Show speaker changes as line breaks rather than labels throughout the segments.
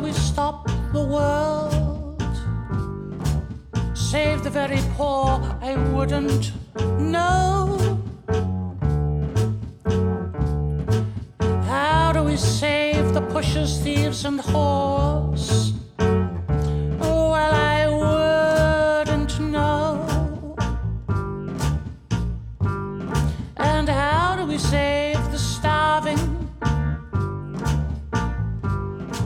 we stop the world? Save the very poor, I wouldn't know. How do we save the pushers, thieves, and whores? Well, I wouldn't know. And how do we save the starving?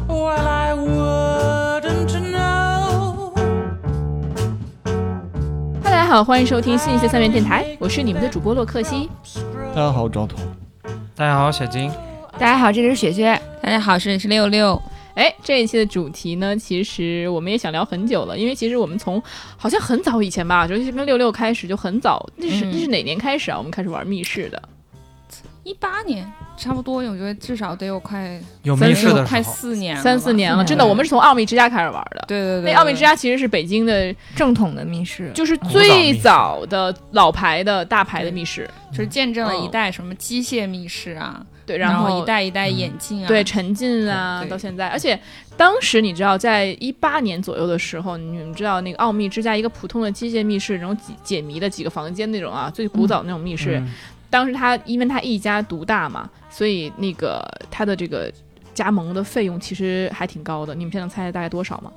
Well, I wouldn't know.
大家好，欢迎收听新一期三元电台，我是你们的主播洛克西。
大家好，我赵彤。
大家好，小金。
大家好，这里是雪雪。
大家好，这里是六六。
哎，这一期的主题呢，其实我们也想聊很久了，因为其实我们从好像很早以前吧，尤其是跟六六开始就很早，那是、
嗯
那是哪年开始啊？我们开始玩密室的，
一八年差不多，我觉得至少得有快
有密室
得
的
有快
时候，
四年了吧，
三四年了，
四年
真的，
了
我们是从奥秘之家开始玩的。
嗯对。对对对，
那奥秘之家其实是北京的，
正统的密室，
就是
古早密
最
室
早的老牌的大牌的密室，
就是见证了
嗯
一代什么机械密室啊，
对，
然
后嗯
一代一代眼镜啊，
对沉浸啊，
对
到现在，而且当时你知道，在一八年左右的时候，你们知道那个奥秘之家一个普通的机械密室，然后解解谜的几个房间那种啊，最古早的那种密室，
嗯
当时他因为他一家独大嘛，所以那个他的这个加盟的费用其实还挺高的，你们现在能猜猜大概多少吗？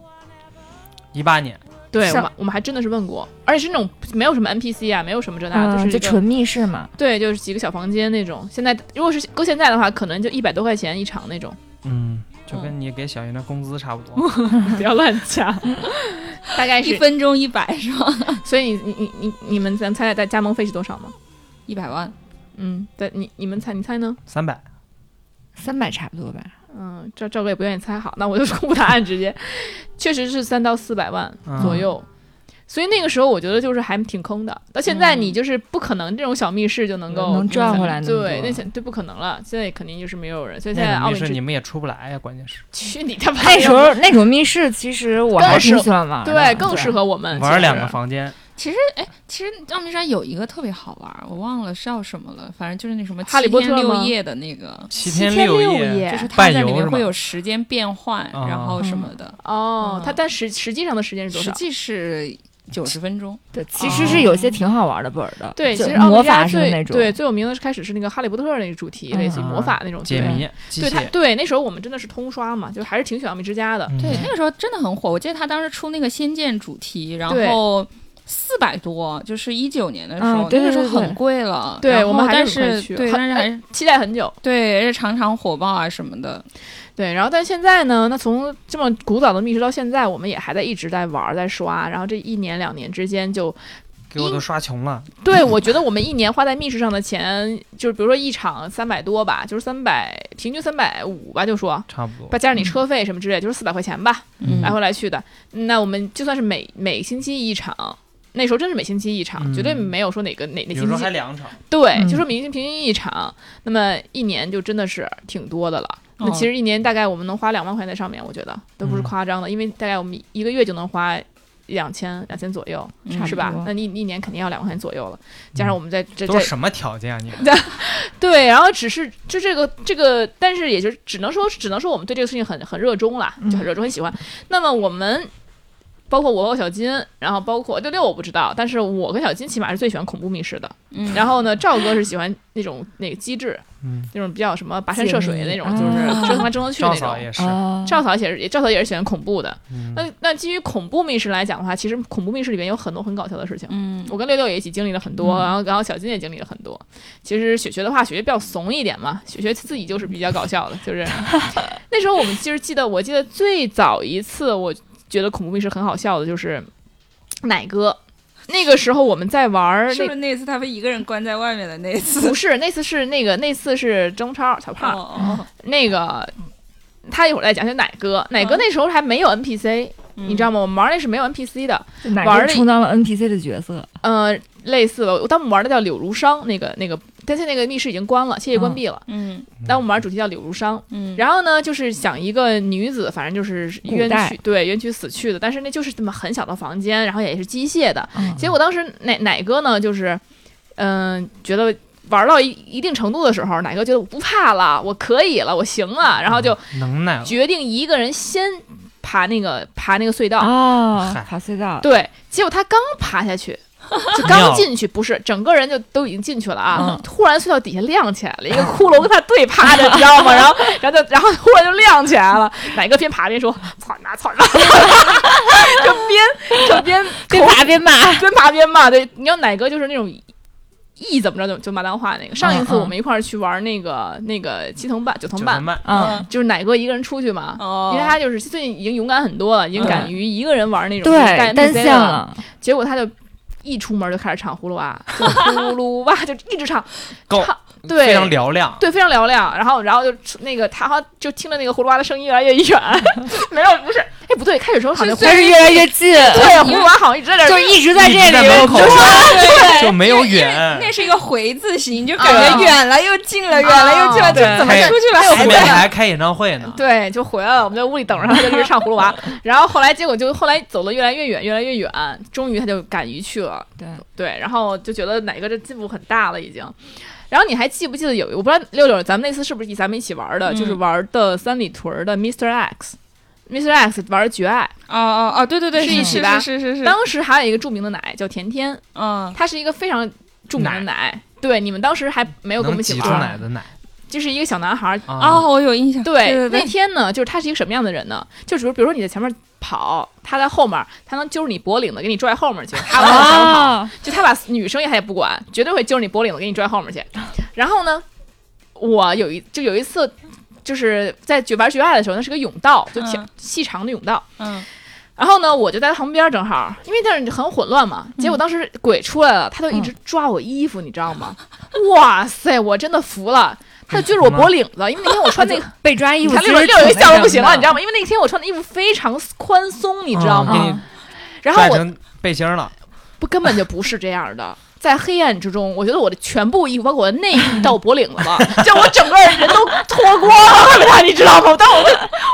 一八年，
对，我
上
们我们还真的是问过，而且是那种没有什么 NPC 啊，没有什么这那，就
嗯，
是
就
一个
纯密室嘛。
对，就是几个小房间那种。现在如果是搁现在的话，可能就一百多块钱一场那种。
嗯，就跟你给小云的工资差不
嗯
多。
不要乱加，大概
一
是。
分钟一百是吧？
所以你你你你们咱猜猜在加盟费是多少吗？
一百万，
嗯，对，你你们猜，你猜呢？
三百，
三百差不多吧，
嗯，赵赵哥也不愿意猜好，那我就公布答案直接，确实是三到四百万
嗯
左右。所以那个时候我觉得就是还挺坑的，到现在你就是不可能这种小密室就能够
能赚回来那么多
对，那些对不可能了，现在肯定就是没有人， 所以现在
那
奥
种密
运
室
是
你们也出不来呀，关键是
去你他妈
那
的
时候那种密室其实我还
更适
挺喜欢玩的，
对更适合我们
玩
其
两
实
个房间，
其实《奥秘山》有一个特别好玩儿，我忘了叫什么了，反正就是那什么
哈利波特
七天
吗
六夜的那个，
七
七天
六
夜，
就是它
伴
在
游
里
是
面
吧
会有时间变换，
啊
然后什么的，
哦
嗯，
它但实实际上的时间是多
实
少？
际是九十分钟。
对，其实是有些挺好玩的本儿的，
啊对，其
就
实奥
魔
利加
法似的
最
那种，嗯
对，最有名的是开始是那个《哈利波特》那个主题，类似于魔法那种
啊解。谜、机
对对，它
械，
对那时候我们真的是通刷嘛，就还是挺喜欢《奥秘之家》的。
嗯
对，那个时候真的很火。我记得他当时出那个《仙剑》主题，然
对
后四百多，就是一九年的时
啊
候，
对
那个时
对
候
对对
很贵了。
对
然后
我们还
但
是很
是
快去
对，
很
但是还是
期待很久，
对，而且常常火爆啊什么的。
对，然后但现在呢，那从这么古早的密室到现在，我们也还在一直在玩儿，在刷，然后这一年两年之间就，
给我都刷穷了。
对我觉得我们一年花在密室上的钱，就是比如说一场三百多吧，就是三百，平均三百五吧，就说，
差不多
再，加上你车费什么之类，就是四百块钱吧，
嗯
来回来去的。那我们就算是每每星期一场，那时候真是每星期一场，
嗯
绝对没有说哪个哪哪
有
星
时候
期
还两场，
对，
嗯
就说明星平均一场，那么一年就真的是挺多的了。
哦
那其实一年大概我们能花两万块钱在上面，我觉得都不是
嗯
夸张的，因为大概我们一个月就能花两千两千左右，
嗯
是吧
差不？多
那你一年肯定要两万块钱左右了，加上我们在这
嗯都
这
是什么条件啊？你们
对，然后只是就这个这个，但是也就只能说只能说我们对这个事情很很热衷啦，
嗯
就很热衷很喜欢。那么我们包括我和小金，然后包括六六我不知道，但是我跟小金起码是最喜欢恐怖密室的。
嗯，
然后呢，赵哥是喜欢那种那个机制，
嗯，
那种比较什么跋山涉水的那种，
解
就
谜
是
啊
折腾来折腾去
赵
那
嫂
种。
也是，
啊，
赵嫂也是，赵嫂也是喜欢恐怖的。
嗯
那那基于恐怖密室来讲的话，其实恐怖密室里面有很多很搞笑的事情。
嗯，
我跟六六也一起经历了很多，然后然后小金也经历了很多。其实雪雪的话，雪雪比较怂一点嘛，雪雪自己就是比较搞笑的，就是 那时候我们其实记得，我记得最早一次我觉得恐怖密室很好笑的就是奶哥，那个时候我们在玩儿
是
那
不是那次他被一个人关在外面的那次
不？是那次是那个那次是张超小胖、
哦，
那个。他一会儿再讲，就奶哥，奶哥
嗯
那时候还没有 NPC，、你知道
吗？
吗？我们玩儿那是没有 NPC 的，
哪
玩儿
个
了一
充当了 NPC 的角色？
呃，类似吧。我当我们玩的叫柳如殇，那个那个，但是那个密室已经关了，谢谢关闭了。
嗯
当我们玩主题叫柳如殇，
嗯，
然后呢，就是想一个女子，反正就是
古
冤
代
屈，对冤屈死去的，但是那就是这么很小的房间，然后也是机械的。
嗯
结果当时奶奶哥呢，就是嗯、觉得玩到一一定程度的时候，奶哥觉得我不怕了，我可以了，我行了，然后
嗯
就
能耐了，
决定一个人先爬那个爬那个隧道。
哦
嗨，
爬隧道，
对，结果他刚爬下去，就
尿
刚
了
进去，不是整个人就都已经进去了啊！
嗯
突然隧道底下亮起来了，一 个骷髅跟他对趴着，你知道吗？然后，然后就，然后突然就亮起来了。哪个边爬边说“操你妈，操你妈”，就边就边
边爬边骂，
边爬边骂。对，你知道奶哥就是那种。一怎么着就就骂脏话那个。上一次
嗯嗯
我们一块儿去玩那个、那个七层半九层
九
半
分，半，
嗯，
就是奶哥一个人出去嘛，
哦
因为他就是最近已经勇敢很多了，已经敢于一个人玩那种
对，单
项
向了，
结果他就一出门就开始唱葫芦娃， 就葫芦娃就一直唱，
够
唱对
非常嘹亮。
对，非常嘹亮。然后，然后就出那个他好像就听着那个葫芦娃的声音越来越 远，没有，不是，哎，不对，开始时候好像葫芦
但是越来越近，
对葫芦娃好像一直在这儿
就是一直在这
一直在
里，
门口
就是
就没有远，
那是一个回字形，就感
啊
觉远了又近了，远了又近
哦
了，就
对
怎么
还
出去了
后
还
面
在？
还开演唱会呢，
对，就回来了，我们在屋里等着他，他就一直唱葫芦娃。然后后来结果就后来走的越来越远，越来越远，终于他就敢于去了。
对
对，然后就觉得哪个这进步很大了已经。然后你还记不记得有一个？我不知道六六，咱们那次是不是咱们一起玩的？
嗯
就是玩的三里屯儿的 Mr. X。Mr. X 玩绝爱，
哦哦哦，对对对，
是一
是
起
是
吧
是是是
嗯
是，
当时还有一个著名的奶叫甜甜，
嗯，
她是一个非常著名的奶。对，你们当时还没哎有跟我们
能
一起
挤出
玩，
奶的奶
就是一个小男孩 儿，
啊，
哦，我有印象，
对，
对对
那，天呢，就是他是一个什么样的人呢？就是比如比如说你在前面跑，他在后面，他能揪着你脖领子给你拽后面 去，他往前跑，
啊，
就他把女生也他也不管，绝对会揪着你脖领子给你拽后面去。然后呢，我有一就有一次。就是在玩绝爱的时候，那是个甬道，就挺
嗯
细长的甬道。
嗯
然后呢，我就在旁边，正好，因为但是很混乱嘛。
嗯
结果当时鬼出来了，他就一直抓我衣服，你知道吗？ 哇塞，我真的服了。他就揪着我脖领子，因为那天我穿 那个
被抓哎衣服，
他
其
六
实
六人
挺
笑的
那
不行了，
什么的
你知道吗？因为那天我穿的衣服非常宽松，你知道吗？
啊
嗯
然后
拽
我
成背心了，
不根本就不是这样的。在黑暗之中，我觉得我的全部衣服，包括我的内衣到我脖领子了，就我整个人都脱光了，你知道吗？但我就我就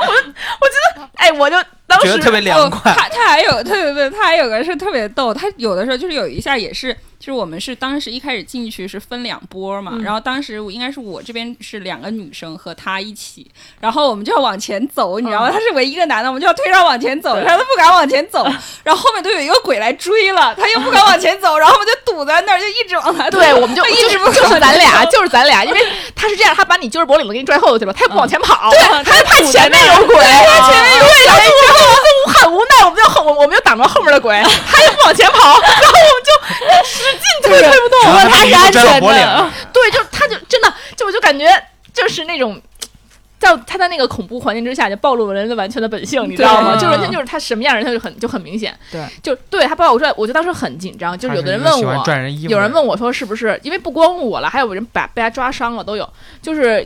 我觉得，哎，我就当
觉得
时
特别凉快
哦。他他还有对对对，他还有个是特别逗，他有的时候就是有一下也是，就是我们是当时一开始进去是分两波嘛，
嗯
然后当时我应该是我这边是两个女生和他一起，然后我们就要往前走，你知道吗？
嗯
他是唯一一个男的，我们就要推着他往前走，
对
他都不敢往前走， 然后后面都有一个鬼来追了，他又不敢往前走，然后我们就堵在那儿，就一直往他走
对，我们就
他一
就
直
是
不
就是
敢
咱俩，
走
就是咱俩，因为他是这样，他把你揪着脖领子给你拽后头去了，他也不往前跑，对，
他
他还怕前面有鬼，他前面有鬼，然后我们就很无奈，我们就后我我们就挡着后面的 鬼，他也不往前跑，然后我们就使劲推推不动，
然后
他
把
是
衣
安
服
全
拽到脖领，
的，
对，就他就真的就我就感觉就是那种。在他在那个恐怖环境之下，就暴露了人的完全的本性，你知道吗？
对
就完全就是他什么样的人，他就很就很明显。
对，
就对他把我拽，我就当时很紧张。就是有的人
他
问
是一个喜
我
欢，拽人衣服，
有人问我说是不是？因为不光我了，还有人把被他抓伤了都有。就是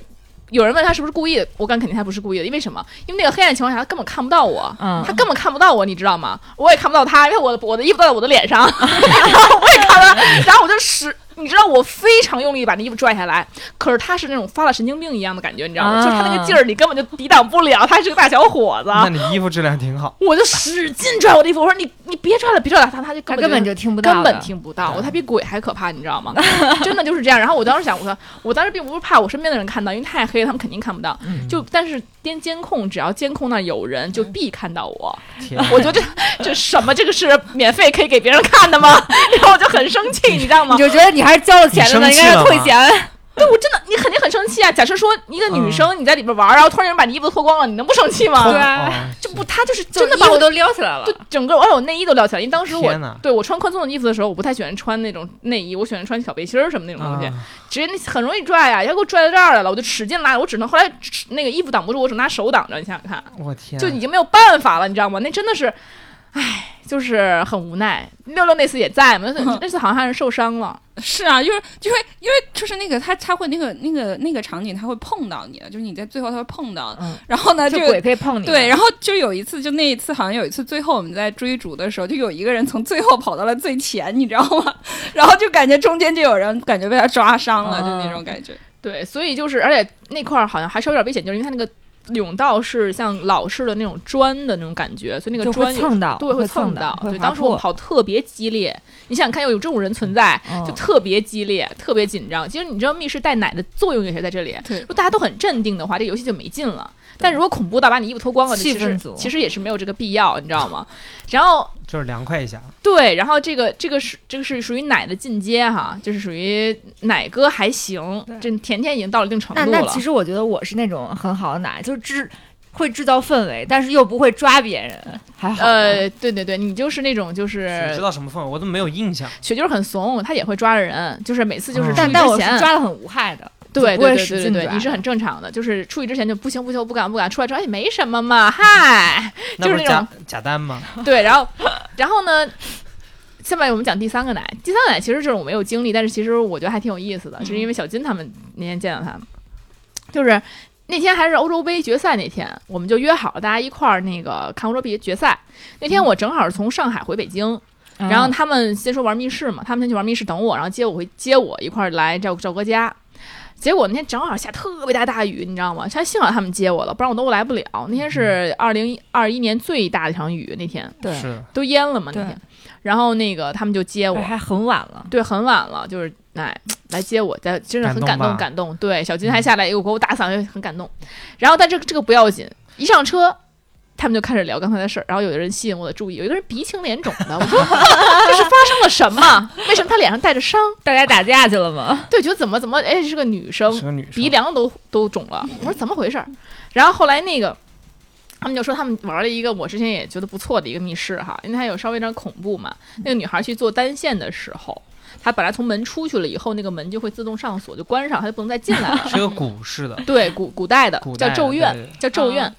有人问他是不是故意的，我敢肯定他不是故意的。因为什么？因为那个黑暗情况下，他根本看不到我。
嗯
他，根本看不到我，你知道吗？我也看不到他，因为我的我的衣服都在我的脸 上，然后我也看不到，然后我就使，你知道我非常用力把那衣服拽下来，可是他是那种发了神经病一样的感觉，你知道吗？
啊
就是他那个劲儿，你根本就抵挡不了，他是个大小伙子，
那你衣服质量挺 好，
我就使劲拽我的衣服，我说你你别拽了，别拽了，他他就
他
根
根本
本就
就听不到
根
的，
本听不到我，他比鬼还可怕，你知道吗？ 真的就是这样。然后我当时想，我说我当时并不是怕我身边的人看到，因为太黑了，他们肯定看不到。就但是监监控，只要监控那儿有人，就必看到我。
天
我觉得这这什么，这个是免费可以给别人看的吗？ 然后我就很生气，你知道吗
你？就觉得你还是交了钱的呢，
你
应
生气
该
了
是
吗
退钱，
对，我真的，你肯定很生气啊。假设说一个女生你在里边玩，然后突然有人把你衣服脱光了，你能不生气吗？
对啊
哦
就不，他就是真的
就
把
衣服
我
都撩起来了
就，整个，而且我内衣都撩起来，因为当时我
天哪
对我穿宽松的衣服的时候，我不太喜欢穿那种内衣，我喜欢穿小背心儿什么那种东西，
啊
直接那很容易拽呀、要给我拽到这儿来了，我就使劲拉，我只能后来只那个衣服挡不住，我只能拿手挡着，你想想看，
我天，
就已经没有办法了，你知道吗？那真的是，唉，就是很无奈。六六那次也在嘛， 那次那次好像还是受伤了，
是啊，就是就会因为就是那个他他会那个那个那个场景他会碰到你的，就是你在最后他会碰到，
嗯
然后呢
就
就
鬼可以碰你，
对，，然后就有一次，就那一次，好像有一次，最后我们在追逐的时候，就有一个人从最后跑到了最前，你知道吗？ 然后就感觉中间就有人感觉嗯被他抓伤了，就那种感觉。
对，所以就是，而且那块儿好像还是有点危险，就是因为它那个甬道是像老式的那种砖的那种感觉，所以那个
就
砖
会
有
蹭到，
对，
会
蹭
到
到。。
会
对，
划
当时我们跑
破
特别激烈，你想想看，有这种人存在，就
嗯
特别激烈，特别紧张。其实你知道密室带奶的作用也是在这里，
对
如果大家都很镇定的话，这游戏就没劲了。但如果恐怖到把你衣服脱光了，
气
其
氛
实
组
其实也是没有这个必要，你知道吗？然后
就是凉快一下。
对，然后这个这个是这个是属于奶的进阶哈，就是属于奶哥还行，这甜甜已经到了一定程
那
度
那
了
其。实我觉得我是那种很好的奶，就是制会制造氛围，但是又不会抓别人，还好吧。
呃，对对对，你就是那种就
你知
是
道什么氛围？我怎么没有印象？
雪就是很怂，他也会抓人，就是每次就是
嗯
出去
哦但但我
之
是
前，
抓的很无害的，
对
不会
对对
使
对对
劲
对，
抓
你是很正常的，就是出去之前就不行不行，我不敢不敢，出来之后哎没什么嘛， 嗨，
那不
就是是那
假假单吗？
对，然后然后呢，下面我们讲第三个奶，第三个奶其实就是我没有经历，但是其实我觉得还挺有意思的，是
嗯
因为小金他们那天见到他们，就是那天还是欧洲杯决赛那天，我们就约好大家一块儿那个看欧洲杯决赛。那
嗯
天我正好是从上海回北京，然后他们先说玩密室嘛，他们先去玩密室等我，然后接我回接我一块儿来赵赵哥家。结果那天正好下特别大大雨，你知道吗？还幸好他们接我了，不然我都来不了。那天是二零二一年最大的一场雨，那天
对
是
都淹了嘛那
对
天。然后那个他们就接
而
我
且，还很晚了。
对，很晚了，就是哎来接我，在真的很
感
感
动吧
动
嗯
感动。对，小金还下来又给我打伞，哎很感动。然后但这个这个不要紧，一上车。他们就开始聊刚才的事儿，然后有的人吸引我的注意，有一个人鼻青脸肿的，我说 这是发生了什么？为什么他脸上带着伤？
大家打架去 了吗？
对，觉得怎么怎么，哎，是个女生，
是个女生
鼻，梁都都肿了。我说怎么回事儿？然后后来那个他们就说他们玩了一个我之前也觉得不错的一个密室哈，因为它有稍微有点恐怖嘛。那个女孩去做单线的时候，她本来从门出去了以后，那个门就会自动上锁，就关上，她就不能再进来 了。
是个古式的，
对，古古代的
古代
叫
的
咒怨
对，
叫咒怨
啊。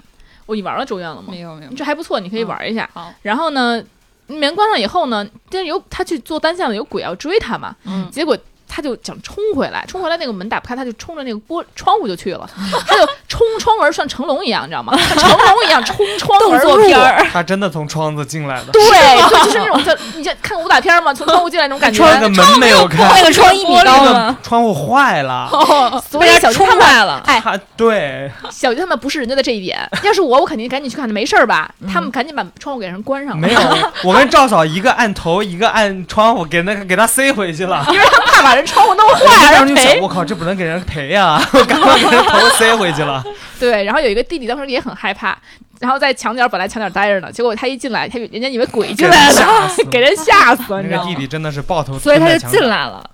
我你玩了咒怨了吗
没？有嗯没有，
这还不错，你可以玩一下。
啊
好，
然后呢，门关上以后呢，但是有他去做单向的，有鬼要追他嘛，
嗯
结果。他就想冲回来，冲回来那个门打不开，他就冲着那个玻窗户就去了， 他就冲窗而上，成龙一样，你知道吗？他成龙一样冲窗而入，
儿，
她真的从窗子进来 的，
对， 就就是那种叫你这看过武打片 吗？从窗户进来那种感觉。
那个门没有开，
那个窗一米高
那
吗？
个窗户坏了。
哦所以小金
冲
他们
坏了，
哎
她对，
小金他们不是人家的这一点，要是我，我肯定赶紧去看，没事儿吧？他们赶紧把窗户给人关上了，
没有，我跟赵嫂一个按头，一个按窗户，给那个给她塞回去 了。
因为他们怕把人窗户弄坏了， 然
当时
后
就想，
赔
我靠，这不能给人赔呀！ 我刚刚给人头塞回去 了，
对，然后有一个弟弟当时也很害怕，然后在墙角本来墙角待着呢，结果他一进来，他以为人家以为鬼进来了，
吓死 了
给人吓死了，
那
你知道
个
吗
弟？弟真的是抱头，
所以他就进，来了。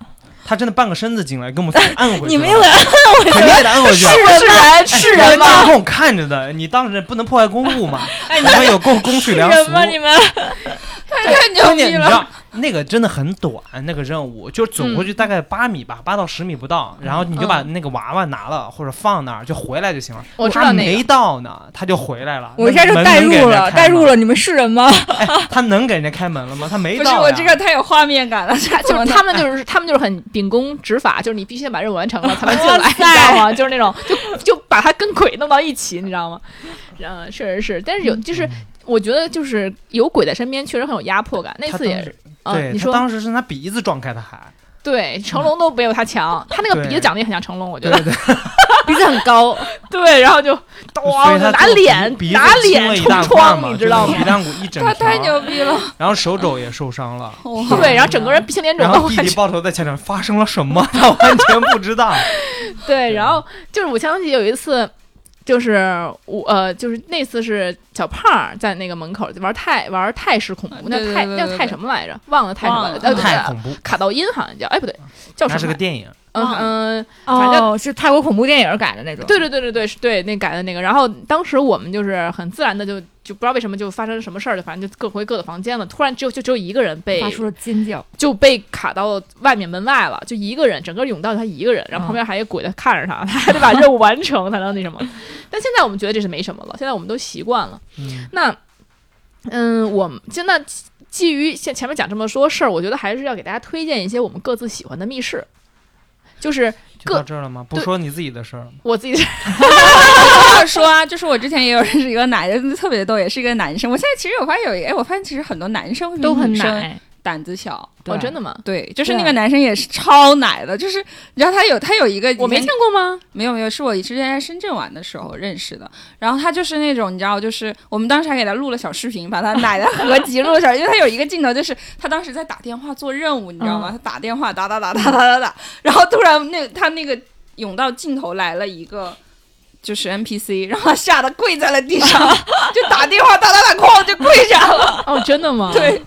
他真的半个身子进来， 跟我们按回去了。
你们有人
肯定得按回去啊。
是人
是
是
人
人
监
吗？
控看着的，你当然不能破坏公物嘛。你们有公公序
是
良
人
俗。哎
吗？你们
太牛
关键你
逼
知
了，
道那个真的很短，那个任务就走过去大概八米吧，八到十米不到，然后你就把那个娃娃拿了或者放那儿就回来就行了。
我知
他
道那
没
个，
到呢，他就回来了。
我一下就
那门
代
能给
入
人家
了，
开
代入
吗。哎
了，你们是 人吗？
他能给人家开门了吗？他没
不
到
是
呀。
我这个太有画面感 了，这
就是他
他
啊
们就是他们就是很秉公执法，就是你必须得把任务完成了才能进来，
哇
你知道吗？就是那种就就把他跟鬼弄到一起，你知道吗？嗯，确实是，但是有就是
嗯
我觉得就是有鬼在身边确实很有压迫感，那
他
次也
当
是
时。
啊、
对，
你
他
说
当时是他鼻子撞开的海，
对，成龙都没有他强，他那个鼻
嗯对
子长得也很像成龙，我觉
对
得。
对，
鼻子很高，
对，然后就
所
咣
以他
拿
就
脸
鼻子
拿
青
脸
了一
冲
大块嘛
窗，你
就是
知道吗
鼻？梁骨一整
他太
条
牛逼了，
然后手肘也受伤 了，
哇
对，然后整个人鼻青脸肿
嗯然
的，我
后弟
感
弟
觉
抱头在前面发生了什么， 他完全不知道。
对，然后就是我想起有一次，就是我呃，就是那次是小胖儿在那个门口玩泰玩泰式恐怖，那
啊对对
泰
对
那
对
泰
对
什么来着？忘了泰什么
忘
来
了
着，呃，
太
对
恐怖，
卡道音好像叫，哎不对，叫
那
什
是
么
个
来？
电影，
嗯
忘了
嗯，反正
哦，是泰国恐怖电影改的那种。
对对对对对，是对那改的那个。然后当时我们就是很自然的就就不知道为什么就发生什么事儿了，反正就各回各的房间了。突然只有就只有一个人被
发出了尖叫，
就被卡到外面门外了，就一个人，整个甬道就他一个人，然后旁边还有鬼在看着 他，他还得把任务完成才能那什么。 但现在我们觉得这是没什么了，现在我们都习惯了。
嗯，
那，嗯，我们就那基于前前面讲这么多事儿，我觉得还是要给大家推荐一些我们各自喜欢的密室，就是
就到这儿了吗？不
对
说你自己的事儿了吗，
我自己
我说啊，就是我之前也有认识一个男的，特别逗，也是一个男生。我现在其实我发现有一，哎，我发现其实很多男生
都很
比女生
奶，
胆子小。
哦，真的吗？
对，就是那
对
个男生也是超奶的，就是你知道他有他有一个
我没
以前
听过吗？
没有没有，是我之前在深圳玩的时候认识的。然后他就是那种你知道，就是我们当时还给他录了小视频，把他奶的合集录 了小，因为他有一个镜头就是他当时在打电话做任务，你知道
嗯
吗？他打电话打打打打打打打，然后突然那他那个甬道尽头来了一个。就是 NPC，然后他吓得跪在了地上， 就打电话打打打，哐就跪下了。
哦，真的吗？
对，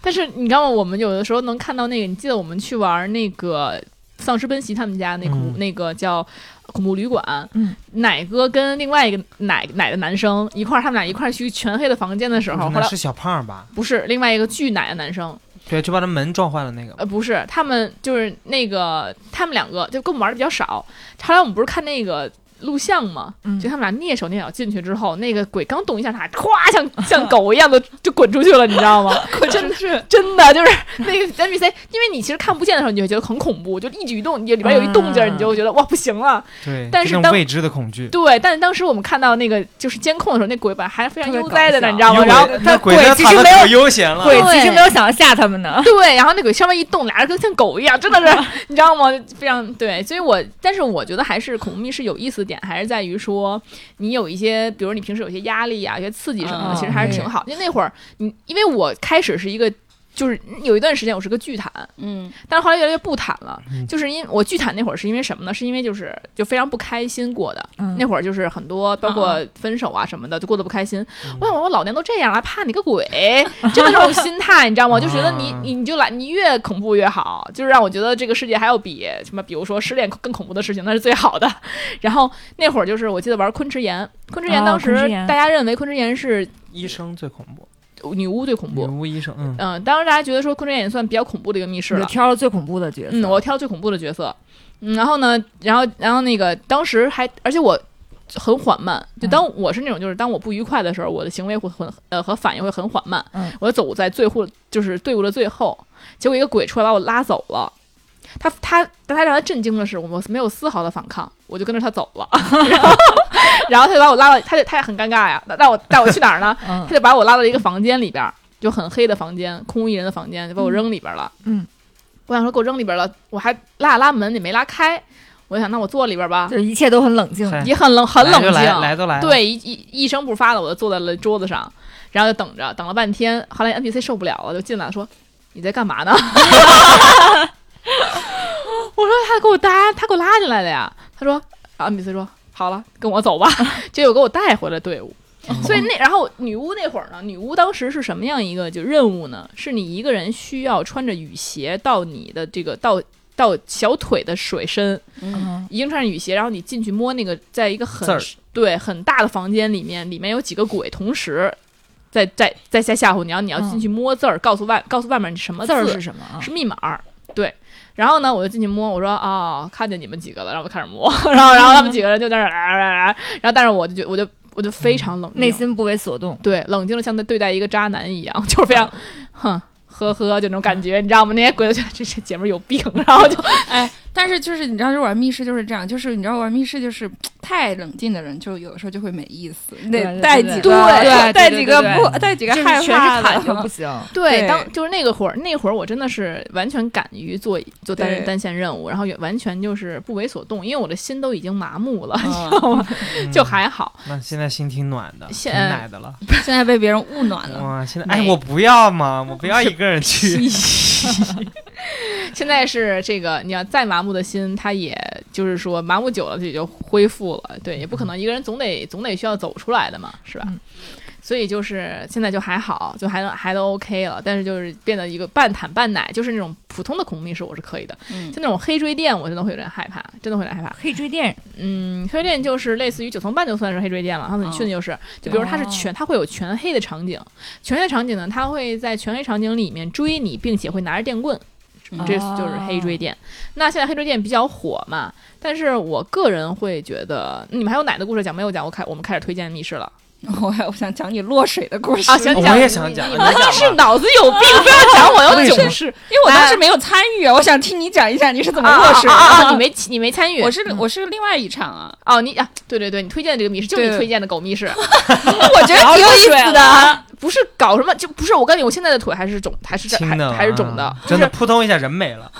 但是你知道吗？我们有的时候能看到那个，你记得我们去玩那个丧尸奔袭他们家那恐、
嗯
那个叫恐怖旅馆，
嗯，
奶哥跟另外一个奶奶的男生一块儿，他们俩一块儿去全黑的房间的时候，后
嗯那
来
是小胖吧？
不是另外一个巨奶的男生，
对，就把他门撞坏了那个。
呃，不是，他们就是那个，他们两个就跟我们玩的比较少。后来我们不是看那个录像嘛，
嗯
就他们俩蹑手蹑脚进去之后，那个鬼刚动一下他，咵， 像像狗一样的就滚出去了，你知道吗？真的是真的就是那个 NPC，因为你其实看不见的时候，你就会觉得很恐怖，就一举一动，你里边有一动静儿，你就会觉得哇不行了。
对，
但
就是那种
当
未知的恐惧。
对，但是当时我们看到那个就是监控的时候，那鬼本来还非常
特别
悠
搞
哉的呢，
笑
你知道吗？啊然后
因为
他
那鬼
鬼
在
其
躺
实
的
没有
可悠闲了。
鬼其
对
实没有想要吓他们呢。
对，然后那个稍微一动，俩人跟像狗一样，真的 是，你知道吗？非常对，所以我，但是我觉得还是恐怖密室有意思的点，还是在于说，你有一些，比如你平时有些压力啊，有些刺激什么的，
嗯
其实还是挺好。因为那会儿，你因为我开始是一个。就是有一段时间我是个剧坦，
嗯，
但是后来越来越不坦了。
嗯
就是因我剧坦那会儿是因为什么呢？是因为就是就非常不开心过的，
嗯
那会儿就是很多包括分手啊什么的，就过得不开心。
嗯
我想我老娘都这样了，还怕你个鬼？就那种心态，你知道吗？我就觉得你
啊
你你就来，你越恐怖越好，就是让我觉得这个世界还有比什么，比如说失恋更恐怖的事情，那是最好的。然后那会儿就是我记得玩昆池岩，昆池岩
哦
当时
昆池岩
大家认为昆池岩是
医生最恐怖，
女巫最恐
女
怖，
巫医生，嗯，
嗯，当时大家觉得说昆池岩也算比较恐怖的一个密室
你
了
就。挑了最恐怖的角色。
嗯，我挑最恐怖的角色。嗯，然后呢，然后然后那个当时还，而且我很缓慢，就
嗯
当我是那种就是当我不愉快的时候，我的行为会很呃和反应会很缓慢。
嗯，
我走在最后就是队伍的最后，结果一个鬼出来把我拉走了。他他但他让他震惊的是，我没有丝毫的反抗，我就跟着他走了。 然后然后他就把我拉到，他就他也很尴尬呀。那那我带我去哪儿呢？
嗯
他就把我拉到一个房间里边儿，就很黑的房间，空无一人的房间，就把我扔里边儿了。
嗯，
我想说给我扔里边儿了，我还拉拉门也没拉开，我就想那我坐里边儿吧
就，是一切都很冷静。
嗨
哎也很冷很冷
来就来，
静，
来都来了，
对，一一一声不发的我就坐在了桌子上，然后就等着，等了半天，后来 NPC 受不了了，就进来说你在干嘛呢？ 我说他给我搭，他给我拉进来的呀。他说，啊然后 NPC 说好了，跟我 走吧，结果给我带回了队伍。
哦
嗯，
所以那然后女巫那会儿呢，女巫当时是什么样一个就任务呢？是你一个人需要穿着雨鞋到你的这个到到小腿的水深，
嗯
嗯
已经穿着雨鞋，然后你进去摸那个，在一个
字
很
儿
对很大的房间里面，里面有几个鬼同时在在在吓吓唬你，然后你要
嗯
进去摸字儿，告诉外告诉外面什么
字儿
字
是什么啊？
是密码儿，对。然后呢，我就进去摸，我说啊、看见你们几个了，然后我开始摸，然后然后他们几个人就在那儿，啊啊啊啊然后但是我就觉我就我就非常冷静，
内心不为所动。
对，冷静的像在对待一个渣男一样，就是非常，哼，呵呵，就那种感觉，你知道吗？那些鬼都觉得这这姐们儿有病，然后就
哎，但是就是你知道，就玩密室就是这样，就是你知道玩密室就是太冷静的人，就有的时候就会没意思，你
对
得
对
带
对
几
对
个
对
带
对
几
对
个
对
不带几个
就是
害
全是
怕
砍就
的
不。行，
对，
对
当就是那个会儿，那会儿我真的是完全敢于做做单人
对
单线任务，然后也完全就是不为所动，因为我的心都已经麻木了，
嗯
就还好。
那现在心挺暖的，挺
现
奶的了。
现在被别人误暖了，
哇，现在
没
哎，我不要嘛，我不要一个人 去。
现在是这个，你要再麻木的心，它也就是说麻木久了，它也就恢复了。对，也不可能一个人总得总得需要走出来的嘛，是吧？
嗯
所以就是现在就还好，就还能还都 OK 了，但是就是变得一个半坦半奶，就是那种普通的恐怖密室我是可以的，
嗯
就那种黑追电我真的会有点害怕，真的会有点害怕。
黑追电
嗯，黑追电就是类似于九层半就算是黑追电了，上次你去的就是，
哦
就比如它是全，它会有全黑的场景，全黑的场景呢，它会在全黑场景里面追你，并且会拿着电棍，
嗯
这就是黑追电。那现在黑追电比较火嘛，但是我个人会觉得，你们还有奶的故事讲没有讲？我开我们开始推荐密室了
我我想讲你落水的故事
啊，想
我
讲，
也想讲
你
你
们
讲吧
是脑子有 病，非要讲我要囧事
因为我当时没有参与，啊我想听你讲一下你是怎么落水的。
啊！你没你没参与，
我是我是另外一场啊，
哦，你啊，对对对，你推荐的这个密室就是你
对
推荐的狗密室，
我觉得挺有意思的。
不是搞什么，就不是我告诉你，我现在的腿还是肿，还是这
轻的
还还是肿的
啊，真的扑通一下人没了。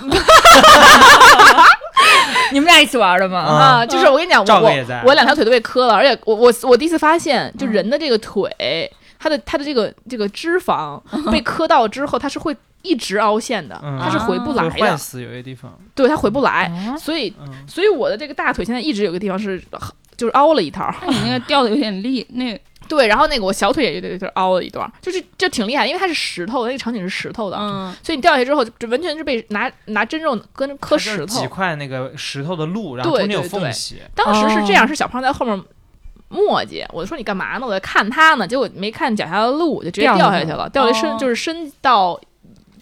你们俩一起玩的吗？
啊
啊，就是我跟你讲，
赵
我
哥也在
我我两条腿都被磕了，而且我我我第一次发现，就人的这个腿，它的它的这个这个脂肪被磕到之后，它是会一直凹陷的，
嗯
它是回不
啊
来
会坏
的，
死有些地方，
对，它回不来，
啊
所以
嗯，
所以我的这个大腿现在一直有个地方是就是凹了一套，
那你那个掉的有点厉，那
对，然后那个我小腿也有点有点凹了一段，就是就挺厉害，因为它是石头，那个场景是石头的。
嗯，
所以你掉下去之后，就完全是被拿拿针肉跟磕
它就是
石头
几。块那个石头的路，然后
对
中间有
对
缝
对
隙，
当时是这
哦
样，是小胖在后面磨叽，我说你干嘛呢？我在看他呢，结果没看脚下的路，就直接
掉
掉
下
下
去
去了，掉下去
哦
深就是深到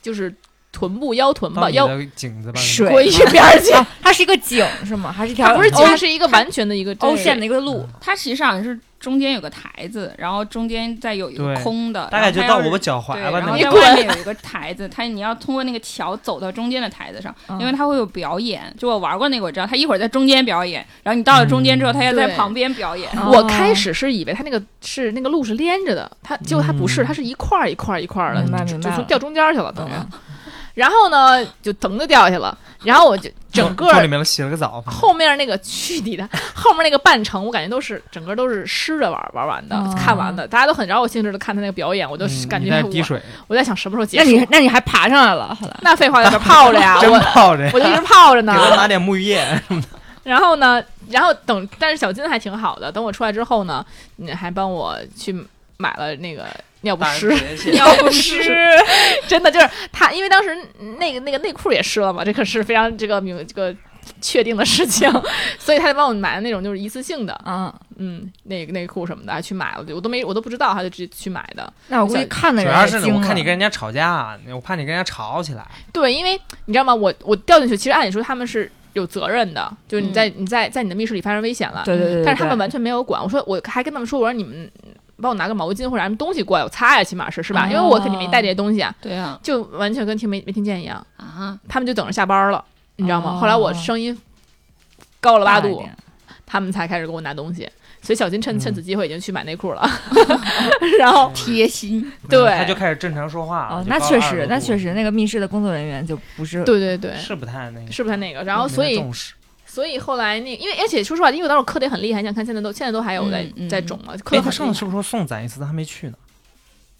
就是臀部腰臀
到
吧
你
腰。
的颈子吧。
水
滚一边儿 去！
啊它是一个井是吗？还是一条
它不是
欧
它是一个完全的一个
欧线
的，
的一个路？
它其实好像是中间有个台子，然后中间再有一个
对
空的，
大概就
然
到
后它要
我们脚踝
对，
吧，
然
那
后
个
在
你
外面有一个台子，它你要通过那个桥走到中间的台子上，
嗯
因为它会有表演。就我玩过那个，我知道它一会儿在中间表演，然后你到了中间之后，它要在
对
旁边表演。
哦
我开始是以为它那个是那个路是连着的，它结果它不是，
嗯
它是一块儿一块儿一块儿的，
明白
就
明
就
白
就
了
掉中间儿去了，等于。
嗯
然后呢，就腾就掉下去了，然后我就整个
嗯到里面了洗了个澡，
后面那个去你的，后面那个半程，我感觉都是整个都是湿着玩玩完的、
哦
看完的，大家都很饶有兴致的看他那个表演，我就
嗯
感
你
觉
在
我
滴水，
我在想什么时候结
那你
束。
那你还爬上来了？后来
那废话，在 这泡着呀，
真
我
泡着呀，
我就一直泡着呢
给。他拿点沐浴液，
然后呢，然后等，但是小金还挺好的。等我出来之后呢，你还帮我去买了那个尿不湿，
要
不湿， 真的就是他，因为当时那个那个内裤也湿了嘛，这可是非常这个明这个确定的事情， 所以他就帮我买的那种就是一次性的，
啊，
嗯，内内裤什么的，还去买了，我都没我都不知道，他就直接去买的。
那我估计看的
哎
主
人
要
也
是呢
惊
我看
了
你跟人家吵架，我怕你跟人家吵起来。
对，因为你知道吗？我我掉进去，其实按理说他们是有责任的，就是你
嗯
在、你在在你的密室里发生危险了，
对对对对，
但是他们
对
完全没有管。我说我还跟他们说，我说你们帮我拿个毛巾或者什么东西过来，我擦呀，起码是是吧？因为我肯定没带这些东西啊，
对啊，
就完全跟听没没听见一样。
啊，
他们就等着下班了，你知道吗？
哦
后来我声音高了
大
八
一
度，
点
他们才开始给我拿东西。所以小金趁
嗯
趁此机会已经去买内裤了， 然后
贴心。
对
嗯他就开始正常说话了
哦，。
就
那
高
确
二
实
度，
那确实，那个密室的工作人员就不是
对对对，
是不太那个，
是不是那个？然后
没
所
太
以
重视
所以后来那因为而且说实话，因为我当时磕得很厉害，你想看现在都现在都还有在、
嗯嗯
在肿嘛，磕得
哎，他
很
上
厉
次
害。
是不是说送咱一次，他没去呢？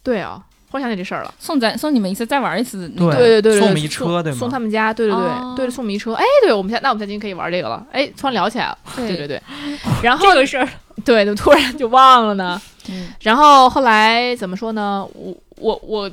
对啊，忽然想起这事儿了。
送咱送你们一次，再玩一次。那个
对
对对对，
送
对
我们一车对吗
送他们家，对对对、
哦
对，送我们一车。哎，对，我们下那我们下今天可以玩这个了。哎，突然聊起来了，对对对。然后
这个事儿，
对，怎么突然就忘了呢？
嗯
然后后来怎么说呢？我我我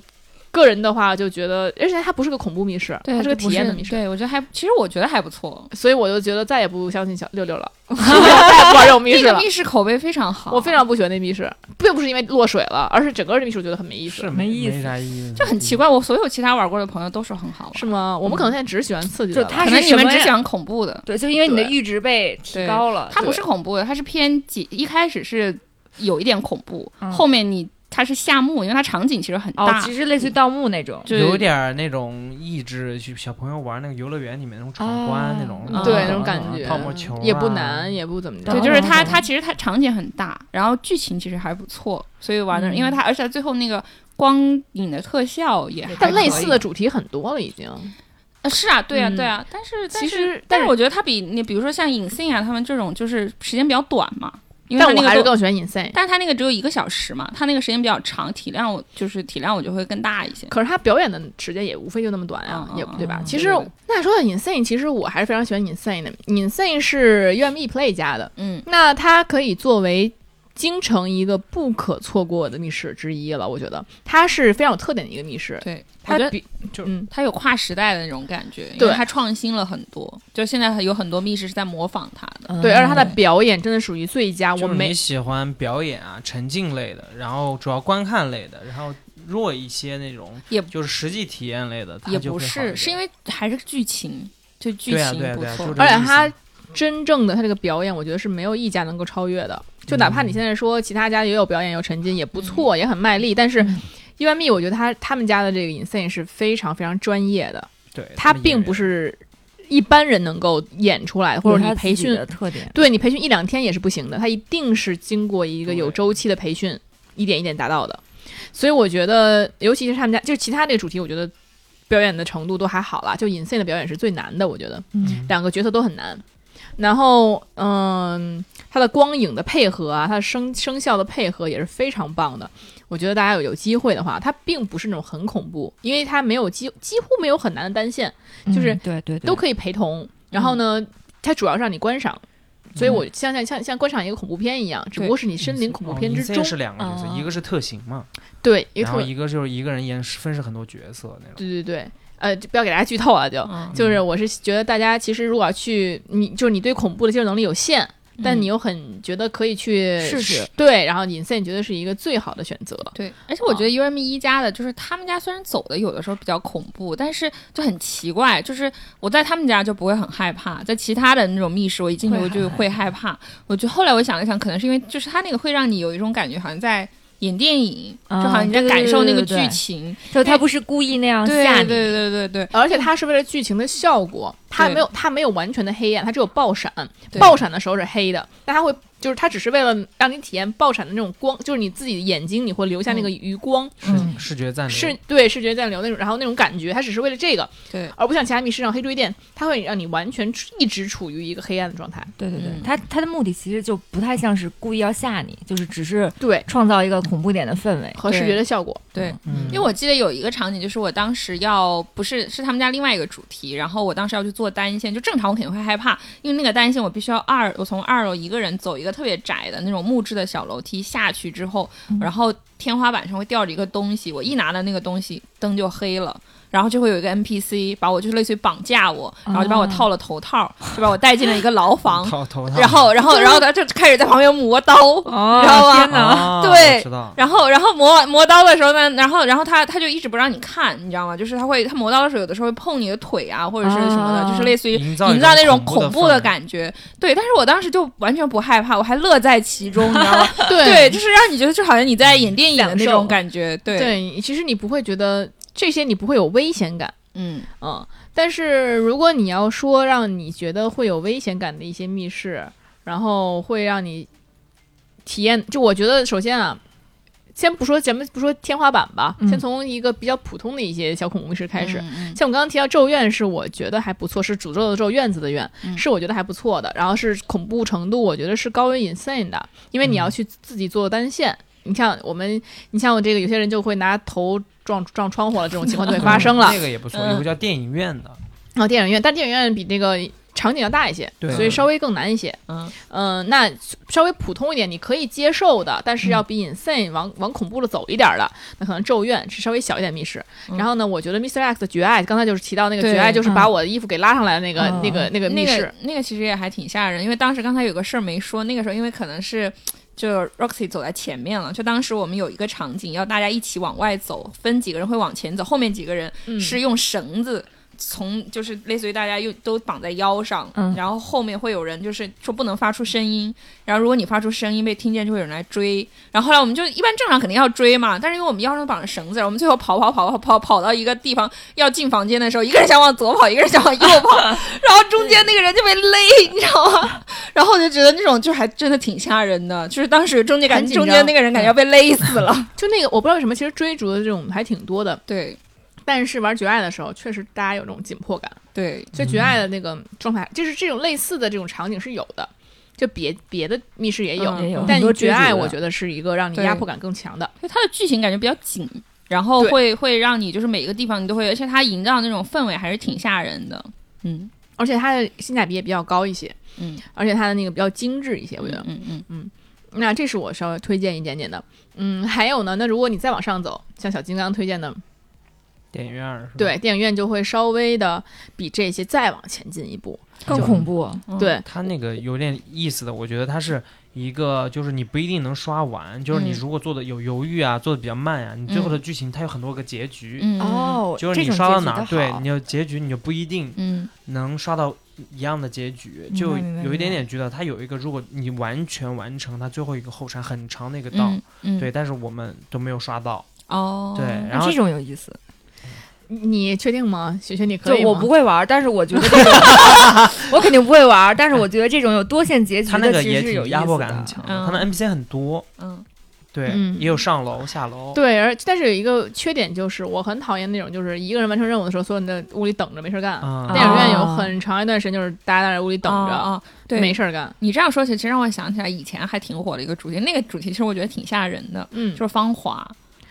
个人的话就觉得，而且它不是个恐怖密室，
对，
它是个
不
体验的密室。
对，我觉得还，其实我觉得还不错。
所以我就觉得再也不相信小六六了， 再也不玩这种密
这
室
个
了。
密室口碑非常好，
我非常不喜欢那密室，并不是因为落水了，而是整个这密室我觉得很没意思，
是
没意思
没啥意思，
就很奇怪。我所有其他玩过的朋友都说很好玩，
是吗？我们可能现在只是喜欢刺激的
就
吧，
它
可
是
能你
什
们
么
只
呀
喜欢恐怖的。
对，就因为你的
对
阈值被提
对
高了，
它不
对
是恐怖的，它是偏解，一开始是有一点恐怖，
嗯
后面你它是夏目，因为它场景其实很
哦
大，，
其实类似于盗墓那种，
就
有点儿那种益智，去小朋友玩那个游乐园里面那种闯关
啊
那种，
嗯
哦对
啊
那种感觉，
泡沫球啊
也不难，。也不怎么着。
对，
懂
就是
懂
它
懂
它其实它场景很大，然后剧情其实还不错，所以玩的，
嗯
因为它而且它最后那个光影的特效也还
但类似
可以
的主题很多了，已经。
呃是啊，对啊，
嗯
对啊，但是但
其
是
实
但
但
是
是
我觉得它比你比如说像隐性啊他们这种就是时间比较短嘛，因为它
但我
那
还
个
是
都。
更喜欢 Insane。
但是它那个只有一个小时嘛，它那个时间比较长，体量我就是体量我就会更大一些。
可是他表演的时间也无非就那么短呀、
嗯
也
嗯
对吧？
嗯
其
对
实
对对
那说到 Insane，其实我还是非常喜欢 Insane 的。Insane 是 UME Play 家的，
嗯，
那它可以作为京城一个不可错过的密室之一了。我觉得它是非常有特点的一个密室，
对，我
它
觉得
比
就
嗯
它有跨时代的那种感觉，因为
对
它创新了很多。就现在有很多密室是在模仿它的，
嗯
对，而且他的表演真的属于最佳。我
就是
没
你喜欢表演啊、沉浸类的，然后主要观看类的，然后弱一些那种，
也
就是实际体验类啊的，它
也
就
不
会好
是，
一
是因
点
为还是剧情，就剧
对啊
情
对啊
不
对啊
错。
就这
而且
意思
他真正的他这个表演，我觉得是没有一家能够超越的。就哪怕
嗯
你现在说其他家也有表演，有沉浸，也不错，也很卖力，但
嗯
是 UME 我觉得他他们家的这个 Insane 是非常非常专业的，
对
他
们
并
也
不是一般人能够演出来，或
有
者
它
你
自
培
己
训
的特点，
对你培训一两天也是不行的，它一定是经过一个有
对
周期的培训，一点一点达到的。所以我觉得，尤其是他们家，就是其他这个主题，我觉得表演的程度都还好啦。就 Insane 的表演是最难的，我觉得
嗯
两个角色都很难。然后，嗯，它的光影的配合啊，它的声声效的配合也是非常棒的。我觉得大家有有机会的话，它并不是那种很恐怖，因为它没有几几乎没有很难的单线，就是
嗯对对对，嗯
都可以陪同。然后呢，它主要是让你观赏，所以我像像像像观赏一个恐怖片一样，只不过是你身临恐怖片之
哦
中
，Insane，是两个角色，
哦
一个是特型嘛，
对一个
然
特
后一个就是一个人演分饰很多角色那种。
对对对，呃，就不要给大家剧透了，就、
嗯
嗯
就是我是觉得大家其实如果要去，你就是你对恐怖的接受能力有限。但你又很觉得可以去
嗯试试，
对，然后 insane 觉得是一个最好的选择，
对，而且我觉得 U M 一家的，就是他们家虽然走的有的时候比较恐怖，但是就很奇怪，就是我在他们家就不会很害怕，在其他的那种密室，我一进去我就会害怕。我就后来我想了想，可能是因为就是他那个会让你有一种感觉，好像在演电影，
啊
就好像你在
对对
感受那个
对对对
剧情。
就他不是故意那样
对
吓
对
你，
对对对
而且它是为了剧情的效果，它
对
没有它没有完全的黑暗，它只有爆闪，
对
爆闪的时候是黑的，但它会就是它只是为了让你体验爆闪的那种光，就是你自己的眼睛你会留下那个余光，
嗯
视视觉暂留
是对视觉暂留那种，然后那种感觉，它只是为了这个，
对
而不像其他密室上黑追电，它会让你完全处一直处于一个黑暗的状态。
对对对
嗯，
他他的目的其实就不太像是故意要吓你，就是只是
对，
创造一个恐怖点的氛围。
和视觉的效果。
对，
嗯，
因为我记得有一个场景，就是我当时要不是是他们家另外一个主题，然后我当时要去做单线，就正常我肯定会害怕，因为那个单线我必须要二，我从二楼一个人走一个特别窄的那种木质的小楼梯下去之后，然后天花板上会吊着一个东西，我一拿到那个东西灯就黑了。然后就会有一个 NPC 把我就是类似于绑架我，然后就把我套了头套，就把我带进了一个牢房，
头头 套
然后然后然后他就开始在旁边磨刀，
哦
知道吗
天哪！
啊
对
我知道，
然后，然后磨磨刀的时候呢，然后，然后他他就一直不让你看，你知道吗？就是他会他磨刀的时候，有的时候会碰你的腿啊，或者是什么的，
啊
就是类似于
营造
营造那
一
种
种
恐
怖
怖的
的
感觉。对，但是我当时就完全不害怕，我还乐在其中，你知 道吗？对，
对
就是让你觉得就好像你在演电影的那
享
种
受
感觉。对，
对，其实你不会觉得这些，你不会有危险感。
嗯，
嗯，但是如果你要说让你觉得会有危险感的一些密室，然后会让你体验，就我觉得首先啊，先不说咱们不说天花板吧，
嗯
先从一个比较普通的一些小恐怖密室开始。
嗯，嗯
像我刚刚提到《咒怨》是我觉得还不错，是诅咒的咒，院子的院，
嗯
是我觉得还不错的。然后是恐怖程度，我觉得是高于 insane 的，因为你
嗯
要去自己做单线。你像我们，你像我这个有些人就会拿头撞撞窗户了，这种情况就会发 生了。
那个也不错，
嗯
有个叫电影院的，
然啊后电影院，但电影院比那个场景要大一些，
对
所以稍微更难一些。
嗯
嗯、那稍微普通一点，你可以接受的，但
嗯
是要比 insane 往往恐怖了走一点儿的，那可能咒怨是稍微小一点密室。
嗯
然后呢，我觉得 Mr. X 的绝爱，刚才就是提到那个
对
绝爱，就是
嗯
把我的衣服给拉上来的那个、
嗯
那个那个密
那
室。
个那个其实也还挺吓人，因为当时刚才有个事儿没说，那个时候因为可能是。就 Roxy 走在前面了，就当时我们有一个场景，要大家一起往外走，分几个人会往前走，后面几个人
嗯
是用绳子从，就是类似于大家又都绑在腰上，
嗯
然后后面会有人就是说不能发出声音，然后如果你发出声音被听见，就会有人来追。然后后来我们就一般正常肯定要追嘛，但是因为我们腰上绑着绳子，我们最后跑跑跑跑跑跑到一个地方要进房间的时候，一个人想往左跑，一个人想往右跑， 然后中间那个人就被勒，你知道吗？ 然后我就觉得那种就还真的挺吓人的，就是当时中间感
很
觉
紧张
中间那个人感觉要被勒死了。
就那个我不知道为什么，其实追逐的这种还挺多的，
对
但是玩绝爱的时候，确实大家有这种紧迫感。
对，
所以绝爱的那个状态，就是这种类似的这种场景是有的，就别别的密室也有，
嗯
也有
但
很多
绝
追逐
爱
的
我觉得是一个让你
对
压迫感更强的。
就它的剧情感觉比较紧，然后
对
会会让你就是每个地方你都会，而且它营造那种氛围还是挺吓人的。嗯
而且它的性价比也比较高一些，
嗯，
而且它的那个比较精致一些，我觉得。
嗯嗯
那这是我稍微推荐一点点的。嗯，还有呢，那如果你再往上走，像小金刚推荐的，
电影院是吧？
对，电影院就会稍微的比这些再往前进一步。
更恐怖。
嗯，
对，
它那个有点意思的，我觉得它是一个，就是你不一定能刷完，就是你
嗯
如果做的有犹豫啊，做的比较慢啊，你最后的剧情它有很多个结局，
嗯
哦，
就是
这
你
种
刷
结
到
局
哪
的
儿，对
好
你有结局，你就不一定
嗯
能刷到一样的结局，
白
就
明白
有一
明白
点点觉得它有一个，如果你完全完成它最后一个后山很长的一个道，
嗯嗯，
对，但是我们都没有刷到，
哦，
对，
那
然后
这种有意思。
你你确定吗？雪雪，你可
就
以吗？
我不会玩，但是我觉得这种我肯定不会玩，但是我觉得这种有多线结局
它那
的
个
其
也
实是有
挺
意
压迫
思
感很
的。
强的，
嗯
它的 NPC 很多，
嗯
对，
嗯
也有上楼下楼，
对，而但是有一个缺点就是，我很讨厌那种就是一个人完成任务的时候，所有人在屋里等着没事儿干。
啊
电影院有
哦
很长一段时间就是大家在屋里等着，
啊，啊对，
没事儿干。
你这样说起，其实让我想起来以前还挺火的一个主题，那个主题其实我觉得挺吓人的，
嗯
就，是芳华。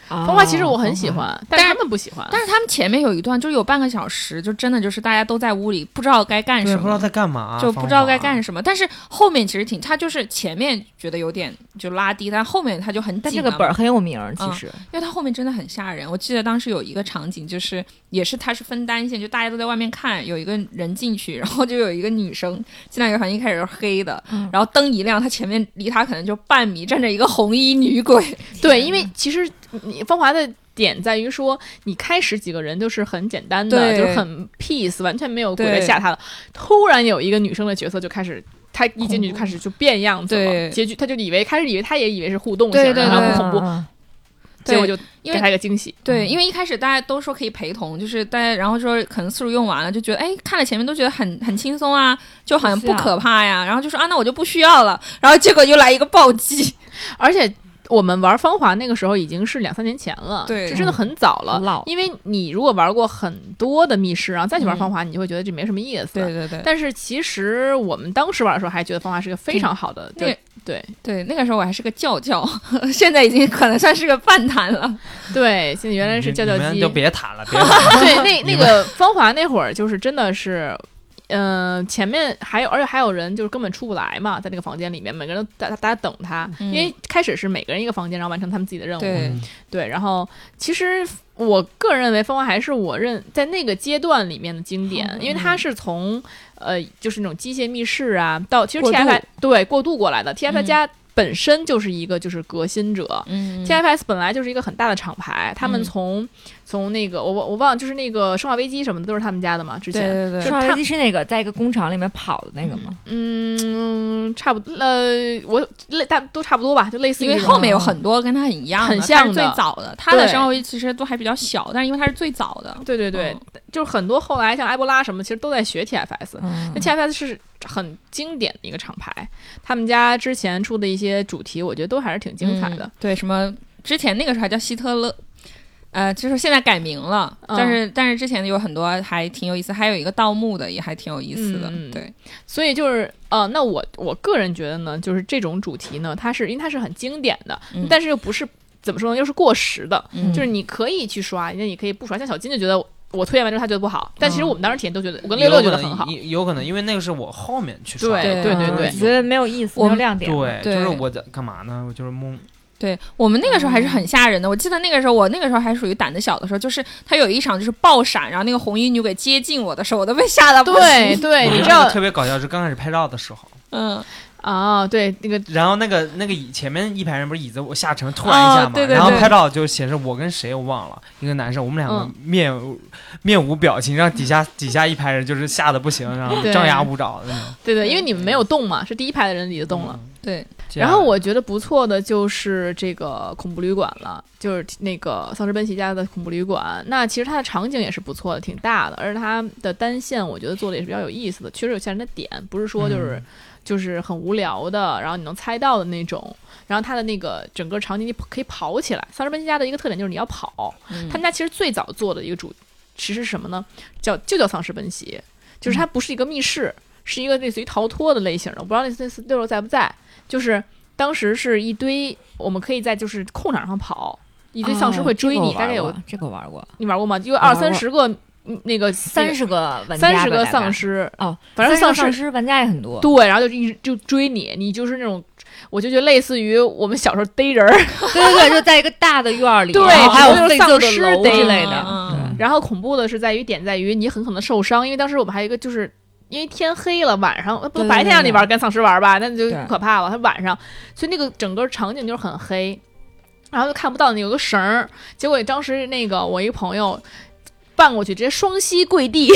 风
童话其实我很喜欢，但是他们不喜欢。
哦但是他们前面有一段，就是有半个小时，就真的就是大家都在屋里，不知道该干
对，
什
不知道
么。
在干嘛，啊
就不知道该
什
干
么。
什么，但是后面其实挺，他就是前面觉得有点就拉低，但后面他就很
但
紧
这
了
个
嘛
本儿很有名儿，其
嗯
实
因为他后面真的很吓人。我记得当时有一个场景，就是也是他是分单线，就大家都在外面看，有一个人进去，然后就有一个女生进来一个房间，一开始是黑的，
嗯
然后灯一亮，他前面离他可能就半米站着一个红衣女鬼，
对，因为其实你芳华的点在于说，你开始几个人就是很简单的，
对
就是很 peace，完全没有鬼在
对
吓他了。突然有一个女生的角色就开始。她一进去就
恐怖
开始就变样子了，
对
结局她就以为开始以为她也以为是互动型的，
对
然后
对
很恐怖，
嗯
结果
对
就
因
给
为
她一个惊喜。
对，因为一开始大家都说可以陪同，就是大家然后说可能次数用完了，就觉得哎看了前面都觉得很很轻松啊，就好像
不需
不
要
可怕呀，然后就说啊那我就不需要了，然后结果又来一个暴击，
而且我们玩芳华那个时候已经是两三年前了，
对
这真的很早了。
很老
因为你如果玩过很多的密室，然后再去玩
嗯
芳华，你就会觉得这没什么意思。
对对。
但是其实我们当时玩的时候，还觉得芳华是个非常好的，
那
对对
对，那个时候我还是个教教， 现在已经可能算是个半坛了。
对，现在原来是
你
叫叫
你们
机，
就别谈了，别谈了
对，那
你
那个芳华那会儿就是真的是。嗯、前面还有，而且还有人就是根本出不来嘛，在那个房间里面，每个人都大大家等他，
嗯
因为开始是每个人一个房间，然后完成他们自己的任务。
对
嗯
对，然后其实我个人认为《芳华》还是我认在那个阶段里面的经典，
哦
因为
嗯
它是从呃就是那种机械密室啊，到其实
过渡
TFI 对过渡过来的
嗯
TFI 家本身就是一个就是革新者。
嗯
TFS 本来就是一个很大的厂牌，他们
嗯
从、从那个我我我忘了，就是那个《生化危机》什么的都是他们家的嘛，之
对
前
对对
生化危机是那个在一个工厂里面跑的那个吗？
嗯差不多呃我类大都差不多吧，就类似
因
于
为
这种
后面有很多跟他很一样的，
很
他
像
是最
的
早的，他的
对
生活危机其实都还比较小，但是因为他是最早的，
对对
哦
对，就是很多后来像埃博拉什么，其实都在学 TFS，
嗯
那 TFS 是很经典的一个厂牌，他们家之前出的一些主题，我觉得都还是挺精彩的
嗯。对，什么之前那个时候还叫希特勒，呃，就是现在改名了，
嗯
但是但是之前有很多还挺有意思，还有一个盗墓的也还挺有意思的，
嗯嗯
对，
所以就是，呃，那我我个人觉得呢，就是这种主题呢，它是因为它是很经典的，
嗯
但是又不是怎么说呢，又是过时的，
嗯
就是你可以去刷，那你可以不刷。像小金就觉得我我推荐完之后他觉得不好，但
嗯
其实我们当时体验都觉得，我跟六六觉得很好。
嗯有可能有可能，因为那个是我后面去刷
对
的
对对
嗯
对
就觉得没有意思，
我
没有
们
亮点。
对，
对
就是我在干嘛呢？我就是懵，
对我们那个时候
嗯
还是很吓人的。我记得那个时候，我那个时候还属于胆子小的时候，就是他有一场就是爆闪，然后那个红衣女鬼接近我的时候，我都被吓到不
对
行。
对，
我
你
觉
知
得那
道
个特别搞笑，是刚开始拍照的时候，
嗯，
啊、对那个
然后那个那个椅前面一排人不是椅子我下沉突然一下
哦
嘛，
对对
然后
对
拍照就显示我跟谁我忘了，一个男生，我们两个
嗯
面、面无表情，让底下底下一排人就是吓得不行，然后
对
张牙舞爪的那种。嗯
对对，因为你们没有动嘛，是第一排的人椅子动了。
对，
这
然
样
后我觉得不错的就是这个恐怖旅馆了，就是那个丧尸奔袭家的恐怖旅馆。那其实它的场景也是不错的，挺大的，而且它的单线我觉得做的也是比较有意思的，确实有吓人的点，不是说就是、
嗯
就是很无聊的，然后你能猜到的那种。然后它的那个整个场景你可以跑起来。丧尸奔袭家的一个特点就是你要跑，
嗯
他们家其实最早做的一个主其实是什么呢？叫就叫丧尸奔袭，就是
嗯
它不是一个密室，是一个类似于逃脱的类型的。我不知道那次那次六六在不在，就是当时是一堆我们可以在就是空场上跑，一
一
堆丧尸会追你，大概有
哦这个玩过，
你玩过吗？有
玩
二
过
三十个嗯那个
三十个玩家吧
三十个
大概
丧尸
哦，
反正
三
丧
十个丧
尸。
尸玩家也很多。
对，然后就一直就追你，你就是那种，我就觉得类似于我们小时候逮人儿，
对对对，就在一个大的院儿里，
对
然后还
只
有
有
废旧的
丧尸
楼
得
之类
嗯
的。
嗯
嗯
然后恐怖的是在于点在于你很可能受伤，因为当时我们还有一个就是。因为天黑了，晚上呃不
对对
白天让你玩跟丧尸玩吧，那就
对
可怕了。它晚上，所以那个整个场景就是很黑，然后就看不到你有个绳儿。结果当时那个我一个朋友绊过去，直接双膝跪地，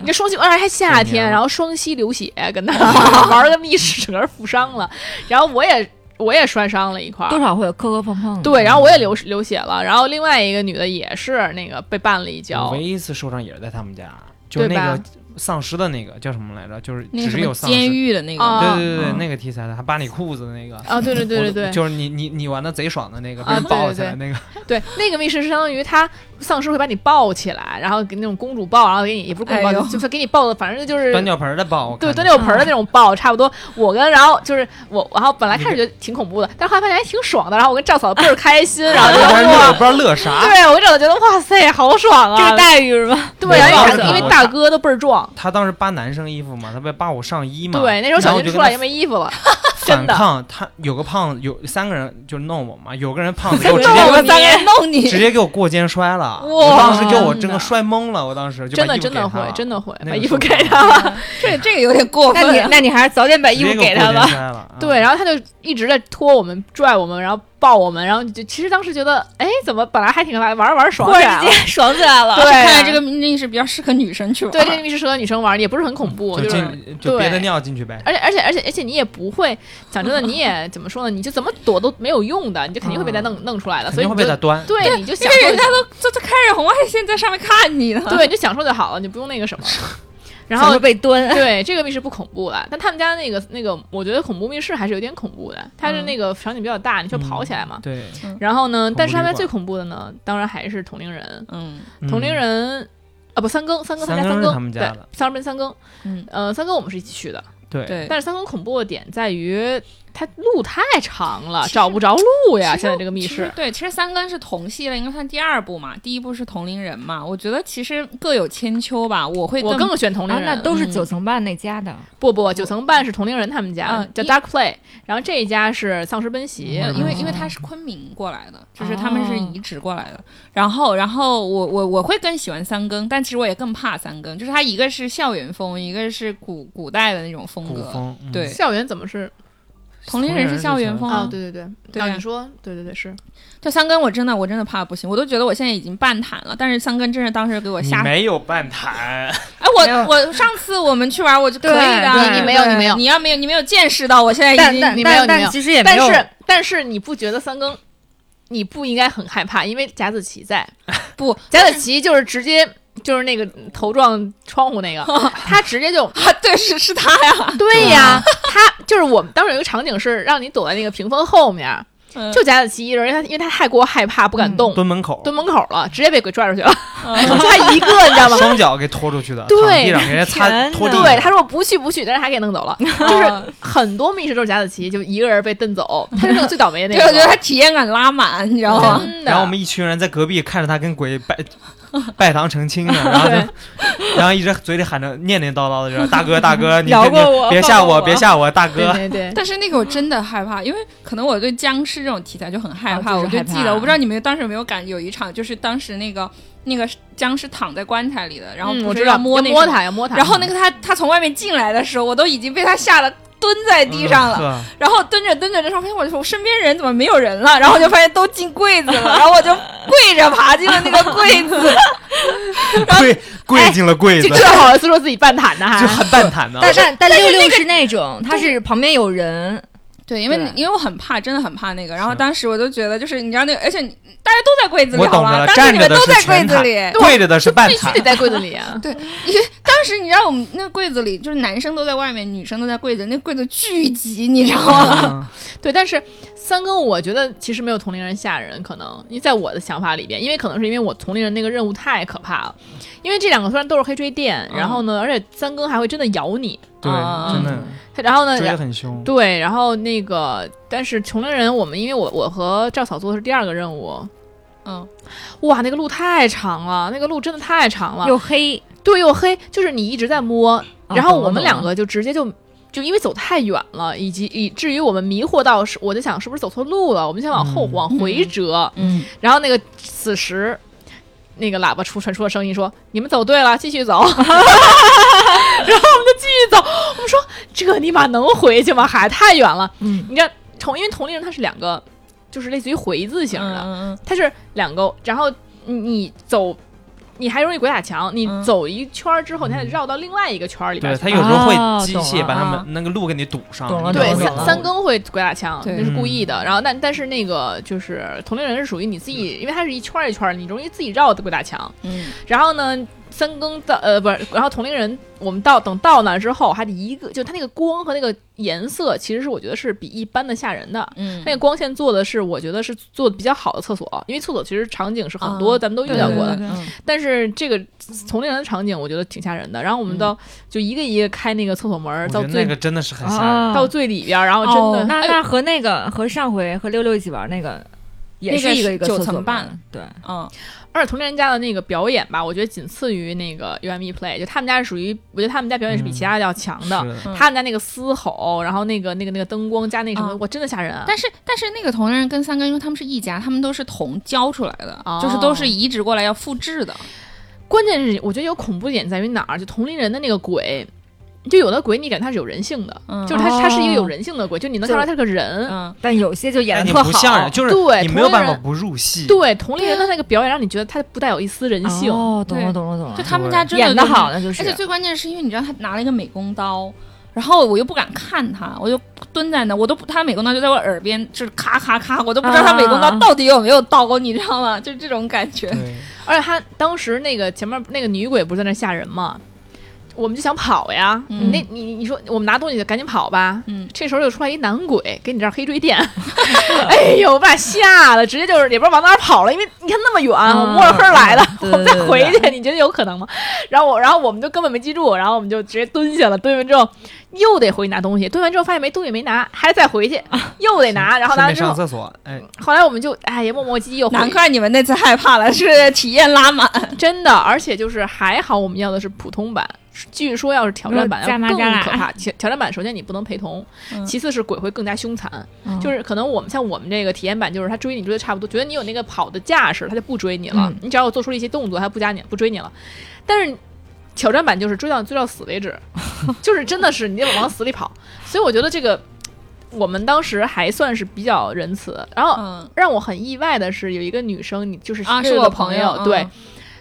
你这双膝，哎而且还夏
对你
天，
啊
然后双膝流血，跟 那儿玩个密室，整个人负伤了。然后我也我也摔伤了一块儿，
多少会有磕磕碰碰的。
对，然后我也流流血了，然后另外一个女的也是那个被绊了一跤
我唯，一一次受伤也是在他们家，就
对
是那
吧
个丧尸的那个叫什么来着？就是
那个什
只有
么
丧尸。
监狱的那个嗯
啊
吗，
对对对对，
啊
那个题材的，还扒你裤子的那个。
啊，对对对对
我
对，
就是你你你玩的贼爽的那个，被
啊
人
对
抱
对
起来那个。
对，那个密室是相当于他丧尸会把你抱起来，然后给那种公主抱，然后给你也不是公主抱，
哎呦嗯
就是给你抱的，反正就是
端尿盆儿的抱，我
对
看着
端尿盆儿的那种抱，差不多。我跟然后就是我，然后本来开始觉得挺恐怖的，但是后来发现还挺爽的。然后我跟赵嫂倍儿开心，然后就
那玩意儿我
哇
不，知道乐啥。
对我跟赵嫂觉得哇塞，好爽啊！
这个待遇是吧？
对，然后
没有
因为
我
大哥都倍儿壮，
他当时扒男生衣服嘛，他不是扒我上衣嘛。
对，那时候
然
小
后我
军
就
出
跟
来
他
也没衣服了，
反
真的
抗，他有个胖子，有三个人就弄我嘛，有个人 胖子给我
弄
直
我
接
们三个人弄你，
直接给我过肩摔了，
哇
我当时给我
真
真
的
个摔懵了，我当时就
真
把
的
衣服
真的
给他
会
了
真的会
那
把
个
衣
时
服
候
给
真的
他了。
这这个有点过
那
分
你。那你还是早点把衣
直接
服
给
给他
我过
吧
肩。摔了。
对，
啊，
然后他就一直在拖我们、拽我们，然后抱我们，然后就其实当时觉得，哎，怎么本来还挺来玩儿玩儿爽
忽
起
然
来
之
了，
间爽起 来 了。
对 啊
看来这个密室比较适合女生去玩。
对，这个密室适合女生玩儿，也不是很恐怖，。
就是进就别的尿进去呗。
而且而且而且而且你也不会讲真的，你也怎么说呢？你就怎么躲都没有用的，你就肯定会被他弄、弄出来的，
肯
所以
定会
你
被他
就
端，
对你就
因
享
为
受
人
就
家
行
都都都开着红外线在上面看你呢。
对，你就享受就好了，你不用那个什么。然
然后
后
就被蹲，
对这个密室不恐怖了，但他们家那个那个，我觉得恐怖密室还是有点恐怖的，
嗯
它是那个场景比较大，你需要跑起来嘛。
对，
然后呢，
恐
但
怖
是他们
旅馆
家最恐怖的呢，当然还是同龄人。
嗯
嗯
同龄人啊，不三更，三更他们家
三
三
更是
更，
他们家
对
的，
三儿奔三更，
嗯，
呃，三更我们是一起去的，
对
对
但是三更恐怖的点在于它路太长了，找不着路呀。
其实
现在这个密
其实
室，
对，其实三更是同系了，应该算第二部嘛，第一部是同龄人嘛。我觉得其实各有千秋吧，我会
我更选同龄
啊，
人，
那都是
嗯
九层半那家的，
不不，九层半是同龄人他们家
嗯
叫
一
Dark Play，然后这一家是丧尸奔袭，
啊嗯
因
因
为
为
因
因
为
为他是昆明过来的，就是他们是移植过来的。然后然后我我我会更喜欢三更，但其实我也更怕三更，就是它一个是校园风，一个是古古代的那种风
古
格。
风，嗯哦
对
校园怎么是
同龄人是校园风
啊？
啊
对对对，
对
啊
啊
你说对对对是，
就三更，我真的我真的怕不行，我都觉得我现在已经半瘫了。但是三更真是当时给我
你
吓，
没有半弹，
哎，
没
我
有
我上次我们去玩我就可以
对
的，
对你
没有你没有
你要没有你没有见识到，我现在已
但
经
但
你没有
但
你没有
但其实也
但
没有，
是但是你不觉得三更？你不应该很害怕，因为贾子琪在。
不
贾子琪就是直接就是那个头撞窗户那个，他直接就
啊， 对，是是 他呀，
对呀，他就是我们当时有一个场景是让你躲在那个屏风后面，
嗯
就贾子琪一人，因为他因为他太过害怕不敢动，
蹲门口，
蹲门口了，直接被鬼拽出去了，
嗯
就他一个， 你知道吗？
双脚给拖出去的，
对
躺地上给人家擦
天
拖地上，
对，他说不去不去，但是还给弄走了。就是很多密室都是贾子琪就一个人被蹬走，他是那个最倒霉的
对，
那个。
我觉得他体验感拉满，你知道吗？
真的。
然后我们一群人在隔壁看着他跟鬼 拜拜堂成亲呢，然后就然后一直嘴里喊着念念叨叨的，就 是大哥大哥，你
饶
别
过我
别吓
放过
我，
我
别吓我，大哥。
对对对，
但是那个我真的害怕，因为可能我对僵尸这种题材就很害怕，
哦
我
就是
就
害怕
记得，我不知道你们当时有没有感，有一场就是当时那个那个僵尸躺在棺材里的，然后
嗯
不
我
是
知道
要摸
要
那
摸
什么，
他要摸他，
然后那个他他从外面进来的时候，我都已经被他吓得蹲在地上了，
了，
然后蹲着蹲着，这时候发现我我身边人怎么没有人了，然后就发现都进柜子了，然 后我就跪着爬进了那个柜子，
跪跪进了柜子，
哎这好意思说自己半坦的
就
还。
很半坦的。啊
但但但六六是那种，它是旁边有人，
对，因为
对
因为我很怕，真的很怕那个。然后
是
当时我就觉得，就是你知道那个，而且你大家都在柜子里，
我
好
懂
吧
了，，
当时
站
你
着
们
的
都
是
在柜
全
子
坦
里，，
跪着的是半
必须
坦
得。在柜子里啊！
对， 因为当时你知道我们那柜子里，就是男生都在外面，女生都在柜子，那柜子巨挤，你知道 吗？
嗯
对，但是三更我觉得其实没有同龄人吓人，可能因为在我的想法里边，因为可能是因为我同龄人那个任务太可怕了，因为这两个虽然都是黑追电，然后呢，而且三更还会真的咬你，
对，
啊
真的
它然后呢，
追得很凶。
嗯对，然后那个，但是穷人人，我们因为我我和赵嫂做的是第二个任务，
嗯，
哇，那个路太长了，那个路真的太长了，
又黑，啊
对又黑，就是你一直在摸，然后
哦懂了
我们
懂
两
了
个就直接就。就因为走太远了，以及以至于我们迷惑到，是我就想是不是走错路了？我们先往后
嗯
往回折，
嗯，
然后那个此时，那个喇叭出传出了声音说：“你们走对了，继续走。” 然后我们就继续走。我们说：“这尼玛能回去吗？还太远了。”
嗯，
你知道同因为同龄人他是两个，就是类似于回字形的，
嗯
它是两个，然后你你走。你还容易鬼打墙，你
嗯
走一圈儿之后，你还得绕到另外一个圈儿里边儿
对
去。
他有时候
哦
会机
懂
械
了
把他
啊
嗯
们那个路给你堵上，
懂了
你
懂
就
了
会
懂
三
了
三更会鬼打墙，
对
那是故意的。然后但但是那个就是同龄人是属于你自己，因为它是一圈儿一圈儿，你容易自己绕的鬼打墙。
嗯
然后呢，三更到呃不是，然后同龄人我们到等到那之后，还得一个就它那个光和那个颜色，其实是我觉得是比一般的吓人的。
嗯
那个光线做的是，我觉得是做的比较好的厕所，因为厕所其实场景是很多、
啊
咱们都遇
对
到过的，
对对对
但是这个同龄人的场景我觉得挺吓人的。然后我们到、就一个一个开那个厕所门儿，
我
到
觉得那
最、
个真的是很吓人。
啊，
到最里边儿，然后真的、
哦
那
哎
那和那个和上回和六六一起玩那个，也
那个
是一个
是
一个
九
厕所
层半
门，对，
嗯
而且同龄人家的那个表演吧，我觉得仅次于那个 UME Play，就他们家是属于，我觉得他们家表演是比其他的要强的。
是
嗯
他们家那个嘶吼，然后那个那个那个灯光加那个什么，
啊
哇，真的吓人啊！
但是但是那个同龄人跟三哥，因为他们是一家，他们都是同教出来的，
哦
就是都是移植过来要复制的。
关键是我觉得有恐怖点在于哪儿？就同龄人的那个鬼，就有的鬼你感觉他是有人性的，
嗯
就是他他是一个
哦
有人性的鬼，就你能看出来他是个人。
嗯，
但有些就演
哎，
的
你
特好，
不像人，就是
对
你没有
同龄
办法
人
不入戏。
对，同龄人的那个表演让你觉得他不带有一丝人性。
哦，懂
对
了懂了懂了
就，他们家真的
演的
就是
好，那就是，
而且最关键是因为你知道他拿了一个美工刀，然后我又不敢看他，我就蹲在那，我都不他美工刀就在我耳边就是咔咔咔，我都不知道他美工刀
啊
到底有没有到过，你知道吗？就这种感 觉。
对，
而且他当时那个前面那个女鬼不是在那吓人吗？我们就想跑呀，
嗯
你那你你说我们拿东西就赶紧跑吧。
嗯
这时候又出来一男鬼，给你这儿黑追电，哎呦，我把吓得直接就是也不知道往哪儿跑了，因为你看那么远，
嗯
我摸着黑儿来的，
对
我们再
对对
回去，你觉得有可能吗？然后我，然后我们就根本没记住，然后我们就直接蹲下了，蹲完之后又得回去拿东西，蹲完之后发现没东西没拿，还得再回去，又得 拿，然后拿完
顺便
之
上
后，
厕所，哎，
后来我们就哎也磨磨唧唧又回
难
去
怪你们那次害怕了，是体验拉满。
真的，而且就是还好，我们要的是普通版。据说要是挑战版
加
要
码
更
加码
可怕。挑挑战版首先你不能陪同，
嗯
其次是鬼会更加凶残。
嗯
就是可能我们像我们这个体验版，就是他追你追的差不多，觉得你有那个跑的架势，他就不追你了。
嗯
你只要有做出了一些动作，他不加你不追你了。但是挑战版就是追到追到死为 止，就是真的是你得往死里跑。所以我觉得这个我们当时还算是比较仁慈。然后
嗯
让我很意外的是，有一个女生，你哦就是
啊，
这
是
个
我
朋
友，嗯
对。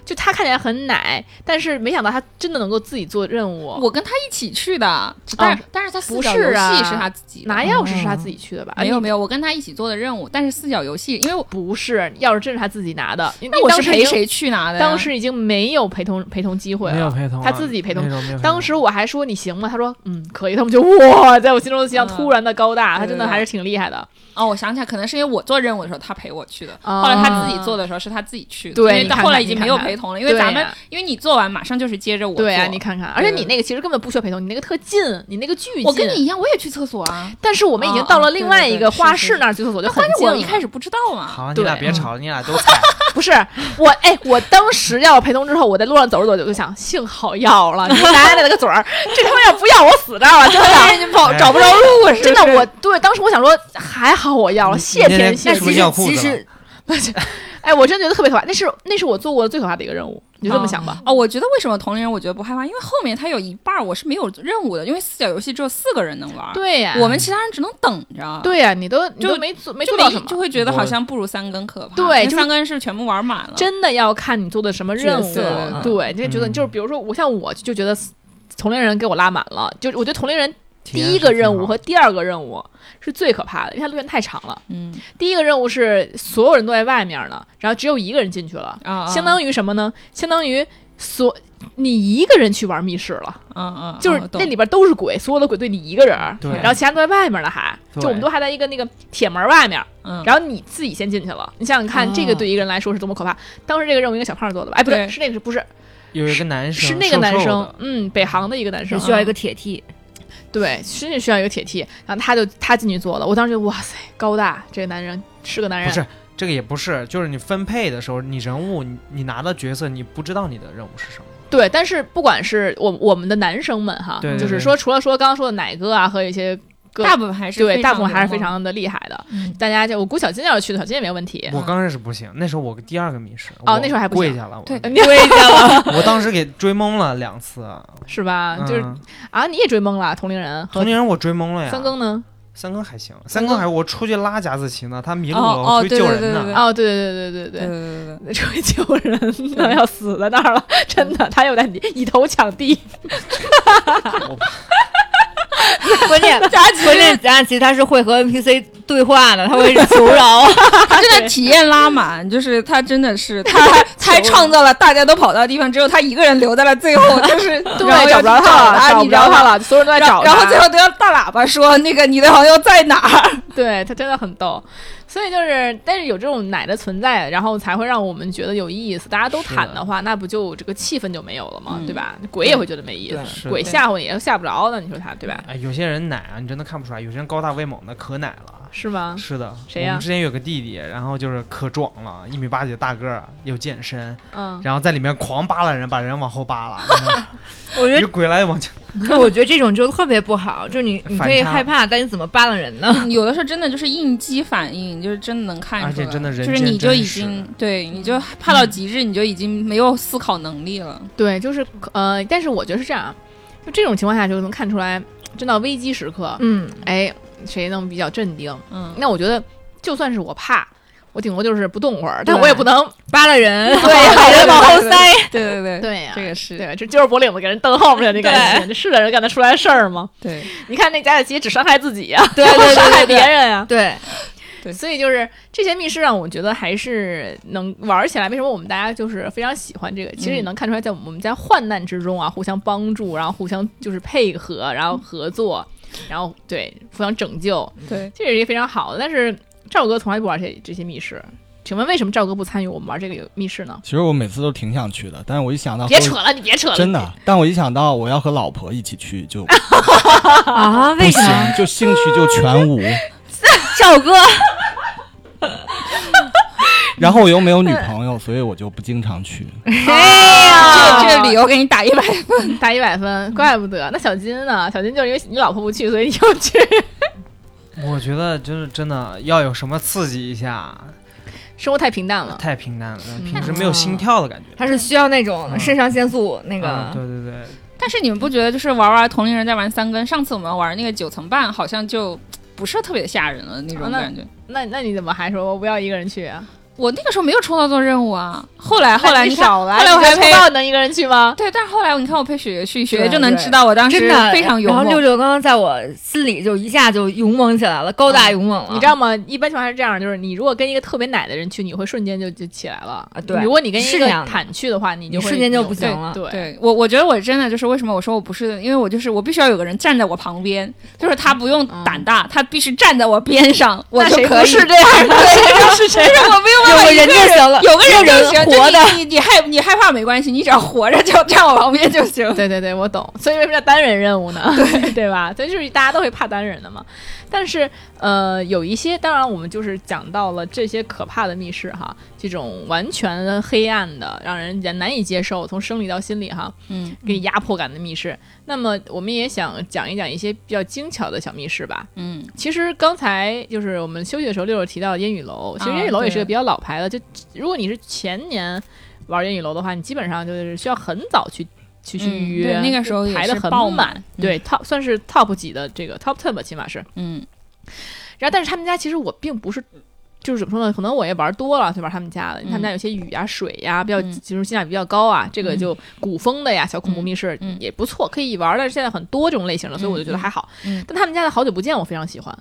就他看起来很奶，但是没想到他真的能够自己做任务。
我跟他一起去的，但是、但是他四角
不是
游
啊
戏是他自己的
拿钥匙是他自己去的吧？
没有没
有，
有，我跟他一起做的任务，但是四角游戏，因为我
不是，钥匙真是他自己拿的。因为
那我
当
是
时
陪
已经？
谁去拿的呀？
当时已经没有陪同陪同机会
没有
了。
陪同啊，
他自己陪同
那种没有陪同。
当时我还说你行吗？他说嗯可以。他们就哇，在我心中的形象
嗯
突然的高大，他真的
对对对
还是挺厉害的。
哦，我想起来，可能是因为我做任务的时候他陪我去的，
啊
后来他自己做的时候是他自己去的，
对
因为
你
到
看看
后来已经没有
你看看
陪同了，因为咱
对
们
呀
因为你做完马上就是接啊着我做，
对啊，你看看，而且
对对
你那个其实根本不需要陪同，你那个特近，你那个巨近。
我跟你一样，我也去厕所啊，
但是我们已经到
啊
了
啊
另
对
外
对
一
对
个
是
画
是
室那儿去厕所，就很
关键
近
我
了。
一开始不知道嘛，
好了，你俩
对嗯
别吵了，你俩都菜。
不是我，哎，我当时要陪同之后，我在路上走着走着就想，幸好要了，你拿着那个嘴儿，这他妈要不要我死这儿了，真的。
你跑
哎
找不着路是
真的，我对当时我想说，还好我要了， 谢
你
天
那
谢
那
是不是
其
地。
尿
实
裤
其
子了
实
哎，我真觉得特别可怕，那是那是我做过最可怕的一个任务，你就这么想吧。
哦，我觉得为什么同龄人我觉得不害怕，因为后面他有一半儿我是没有任务的，因为四角游戏只有四个人能玩，
哦对呀，
我们其他人只能等着，
对呀，你都你
就
都没做没
就
做
没
到什
就
么，
会觉得
我
好像不如三根可怕，
对
因为
就是
三根是全部玩满了，
真的要看你做的什么任
角
务
色嗯。
对，你就觉得
嗯
就是比如说我像我就觉得同龄人给我拉满了，就我觉得同龄人
体
第
验
一
是
个
挺
任
好
务和第二个任务是最可怕的，因为它路线太长了。
嗯
第一个任务是所有人都在外面呢，然后只有一个人进去了，
啊，
相当于什么呢？相当于所你一个人去玩密室了，
嗯嗯，
就是
嗯
那里边都是鬼，所有的鬼对你一个人儿，
对
然后其他人都在外面呢还，
对
就我们都还在一个那个铁门外面，
嗯
然后你自己先进去了，你想想看，
哦
这个对一个人来说是多么可怕。当时这个任务一个小胖做的吧？哎，不对，
对
是那个是不是
有一个男生
是那个男
瘦瘦
生
的？
嗯，北航的一个男生
是，需要一个铁梯，
对，真是需要一个铁梯，然后他就他进去做了，我当时觉得哇塞，高大这个男人是个男人
不，是这个也不是，就是你分配的时候，你人物你你拿到角色，你不知道你的任务是什么。
对，但是不管是我我们的男生们哈，
对对
就是
对
说除了说刚刚说的奶哥啊和一些各
大部分还是
对
非
大
常
部分还是非
灵活
常的厉害的，
嗯
大家就我估小金要是去的，小金也没问题。
我刚认识不行，那时候我第二个密室
哦
我
那时候还不
跪
行
下了，我
对
你也
我 当时给追懵了两次，
是吧？啊就是
嗯
啊，你也追懵了，同龄人
同
和
龄人啊我追懵了呀。
三更呢？
三更还行，
三
三
更
更还我出去拉夹子棋呢，他迷路
哦
了，
哦
我出去
对
救
对
人
对对
呢。
哦，对对对对
对
对
对对对。
对，这救人 呢要死在那儿了，真的，他又在你以头抢地，
我
关键关键， 咱俩其实他是会和 NPC 对话的，他会 求饶。
他真的体验拉满，就是他真的是 他他还创造了大家都跑到的地方，只有他一个人留在了最 后，就是然后
对，找
要去
不着他了，啊
他，
找
你
不
知道
着他
吗。
了，所有人都在
然
找
后
他。
然后最后都要大喇叭说那个你的朋友在哪儿？
对他真的很逗，所以就是，但是有这种奶的存在，然后才会让我们觉得有意思。大家都
是
坦
的
的话，那不就这个气氛就没有了吗？
嗯
对吧？鬼也会觉得没意
对
是
思，
的
鬼吓唬你也吓不着的，你说他对吧？
哎，有些人奶啊，你真的看不出来，有些人高大威猛的可奶了。
是吗？
是的，
嗯谁
我
呀
们之前有个弟弟，然后就是可壮了，一米八几的大个儿，又健身，
嗯，
然后在里面狂扒拉人，把人往后扒拉，然后
我觉
有鬼来往前，
得，我觉得这种就特别不好，就你你可以
反差
害怕，但你怎么扒拉人呢？
有的时候真的就是应激反应，就是真的能看出
而
来，
且真的人
就是
间
你就
真
已
实
经对，你就怕到极致，你就已经没有思考能力了。
对，就是呃，但是我觉得是这样啊，就这种情况下就能看出来，真到危机时刻，
嗯，
哎，谁能比较镇定？
嗯，
那我觉得，就算是我怕，我顶多就是不动会儿，但我也
对
不能
扒拉人，
对
把人往后
对
塞。
对对对，
对呀、
这个是
对，这揪着脖领子给人蹬后面去，那感觉，这是的人干得出来事儿吗？
对
你看那贾小琪只伤害自己呀、
对对对对
伤害别
对
人呀、
对，
对
所以就是这些密室让我觉得还是能玩起来。为什么我们大家就是非常喜欢这个？其实也能看出来，在我们在患难之中啊，互相帮助，然后互相就是配合，然后合作，然后对互相拯救，
对，
这也是一个非常好的。但是赵哥从来不玩这这些密室，请问为什么赵哥不参与我们玩这个游密室呢？
其实我每次都挺想去的，但是我一想到
别扯了，你别扯了，
哦真的，但我一想到我要和老婆一起 去就
啊，
不行？，就兴趣就全无。
赵 哥，
然后我又没有女 朋友，所以我就不经常去。
哎
这这
呀，
个理由给你打一百分。
打一百分，怪不得。那小金呢？小金就是因为你老婆不去，所以你又去。
我觉得就是真的要有什么刺激一下，
生活太平淡了，
太平淡了，平时没有心跳的感觉。
他是需要那种肾上腺素那
嗯
个，
对对对，
但是你们不觉得就是玩玩同龄人在玩三根？上次我们玩那个九层半，好像就不是特别吓人了那
啊
种
那
感觉。
那那你怎么还说我不要一个人去啊？
我那个时候没有抽到做任务啊，后来后来
你
你看，
少 来，
后来我还
你就
陪
知道能一个人去吗？
对，但是后来你看我配雪雪去，雪
对
雪就能
对
知道我当
真
时
的
非常勇
然后
猛。
六六刚刚在我心里就一下就勇猛起来了，
嗯
高大勇猛了。
你知道吗？一般情况下是这样，就是你如果跟一个特别奶的人去，你会瞬间就就起来了
啊。对
如果你跟一
是
个
这样的
坦去的话，你就会
你瞬间就不行了
对，对
对我，我觉得我真的就是为什么我说我不是，因为我就是我必须要有个人站在我旁边，就是他不用
嗯
胆大，他必须站在我边上，我
那
就
谁
可
不
以。
是这样的？谁是谁？
但是我没 有办
有
法
个
一个
人就行了，
有个人就行，
活的
就你你你害你害怕没关系，你只要活着就站我旁边就行。
对对对，我懂。所以为什么叫单人任务呢？对对吧？所以就是大家都会怕单人的嘛。但是呃，有一些，当然我们就是讲到了这些可怕的密室哈，这种完全黑暗的，让人难以接受，从生理到心理哈，
嗯
给你压迫感的密室。那么我们也想讲一讲一些比较精巧的小密室吧。
嗯，
其实刚才就是我们休息的时候，六六提到烟雨楼，其实
啊
烟雨楼也是
对
个比较老牌的。就如果你是前年玩烟雨楼的话，你基本上就是需要很早去去去
嗯
预约，
对那个时候
就
也
排的
是
很
爆满
满，对 top 算是 top 几的这个 top ten 吧，起码是。
嗯
然后，但是他们家其实我并不是。就是怎么说呢？可能我也玩多了，就玩他们家的。他们家有些雨啊、水呀、比较
嗯
集中性价比比较高啊。这个就古风的呀，小恐怖密室、
嗯嗯
也不错，可以玩。但是现在很多这种类型的，所以我就觉得还好。
嗯嗯
但他们家的好久不见，我非常喜欢。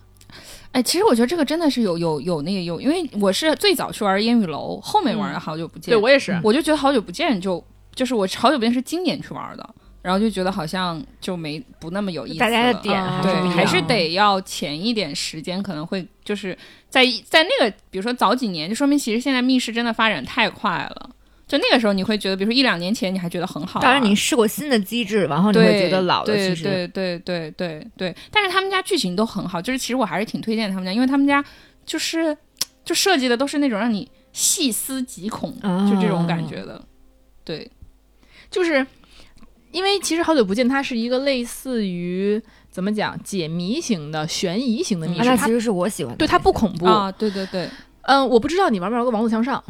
哎，其实我觉得这个真的是有有有那个有，因为我是最早去玩烟雨楼，后面玩
嗯
了好久不见。
对我也是，
我就觉得好久不见就，就是我好久不见是今年去玩的，然后就觉得好像就没不那么有意思了。
大家的点还是
啊对
不一，样
还
啊
是得要前一点时间，可能会就是在一在那个，比如说早几年，就说明其实现在密室真的发展太快了。就那个时候，你会觉得，比如说一两年前你还觉得很好玩，
当然你试过新的机制，
哦
然后你
对
会觉得老的
对
其实
对对对对对，但是他们家剧情都很好，就是其实我还是挺推荐他们家，因为他们家就是就设计的都是那种让你细思极恐，
哦
啊
就这种感觉的。对，
就是因为其实好久不见，它是一个类似于怎么讲解谜型的、悬疑型的密
啊，
室，
那其
它
实是我喜欢的。
对它不恐怖。
啊，对对对，
嗯，我不知道你玩没玩过《王子向上》，《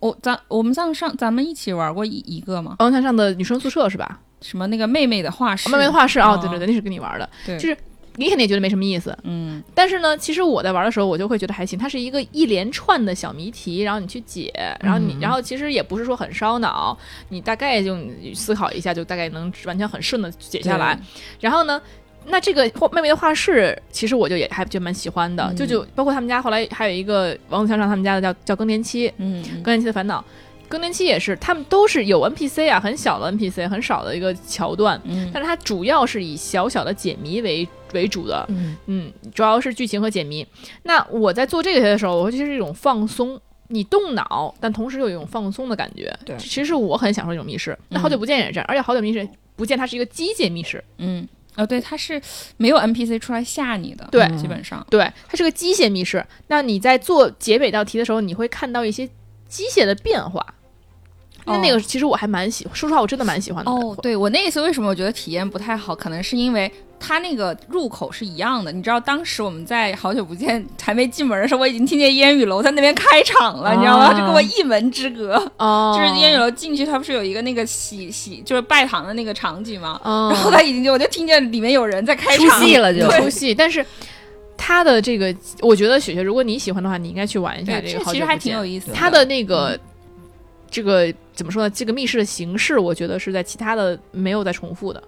我咱我们上上咱们一起玩过一一个吗？
王子向上》的女生宿舍是吧？
什么那个妹妹的画室，
哦妹妹的画室啊，对对
哦
对，那是跟你玩的，
对
就是你肯定也觉得没什么意思。
嗯
但是呢，其实我在玩的时候，我就会觉得还行。它是一个一连串的小谜题，然后你去解，然后你，然后其实也不是说很烧脑，你大概就思考一下，就大概能完全很顺的解下来。然后呢，那这个画妹妹的画室，其实我就也还就蛮喜欢的，
嗯
就就包括他们家后来还有一个王子强上他们家的叫叫更年期，
嗯，
更年期的烦恼，更年期也是他们都是有 NPC 啊，很小的 NPC，很少的一个桥段，
嗯
但是它主要是以小小的解谜为为主的，
嗯
嗯，主要是剧情和解谜。那我在做这些的时候，我会觉得是一种放松，你动脑，但同时又有一种放松的感觉。
对
其实是我很享受这种密室。那好久不见也是这样，而且好久密室不见它是一个机械密室，
嗯，哦，对，他是没有 NPC 出来吓你的，
对
基本上，
对，它是个机械密室。那你在做结尾道题的时候，你会看到一些机械的变化。那
哦
那个其实我还蛮喜，说实话，我真的蛮喜欢的。
哦，对我那一次为什么我觉得体验不太好，可能是因为它那个入口是一样的。你知道当时我们在好久不见还没进门的时候，我已经听见烟雨楼在那边开场了，你知道吗？
啊
就跟我一门之隔。
哦，
就是烟雨楼进去，它不是有一个那个洗洗就是拜堂的那个场景吗？
嗯，
然后他已经就我就听见里面有人在开
出
场
戏了 就
对
出戏，但是。它的这个，我觉得雪雪，如果你喜欢的话，你应该去玩一下
对，
个好
这
久不见。
其实还挺有意思嗯
它的那个、这个怎么说呢？这个密室的形式，我觉得是在其他的没有再重复的。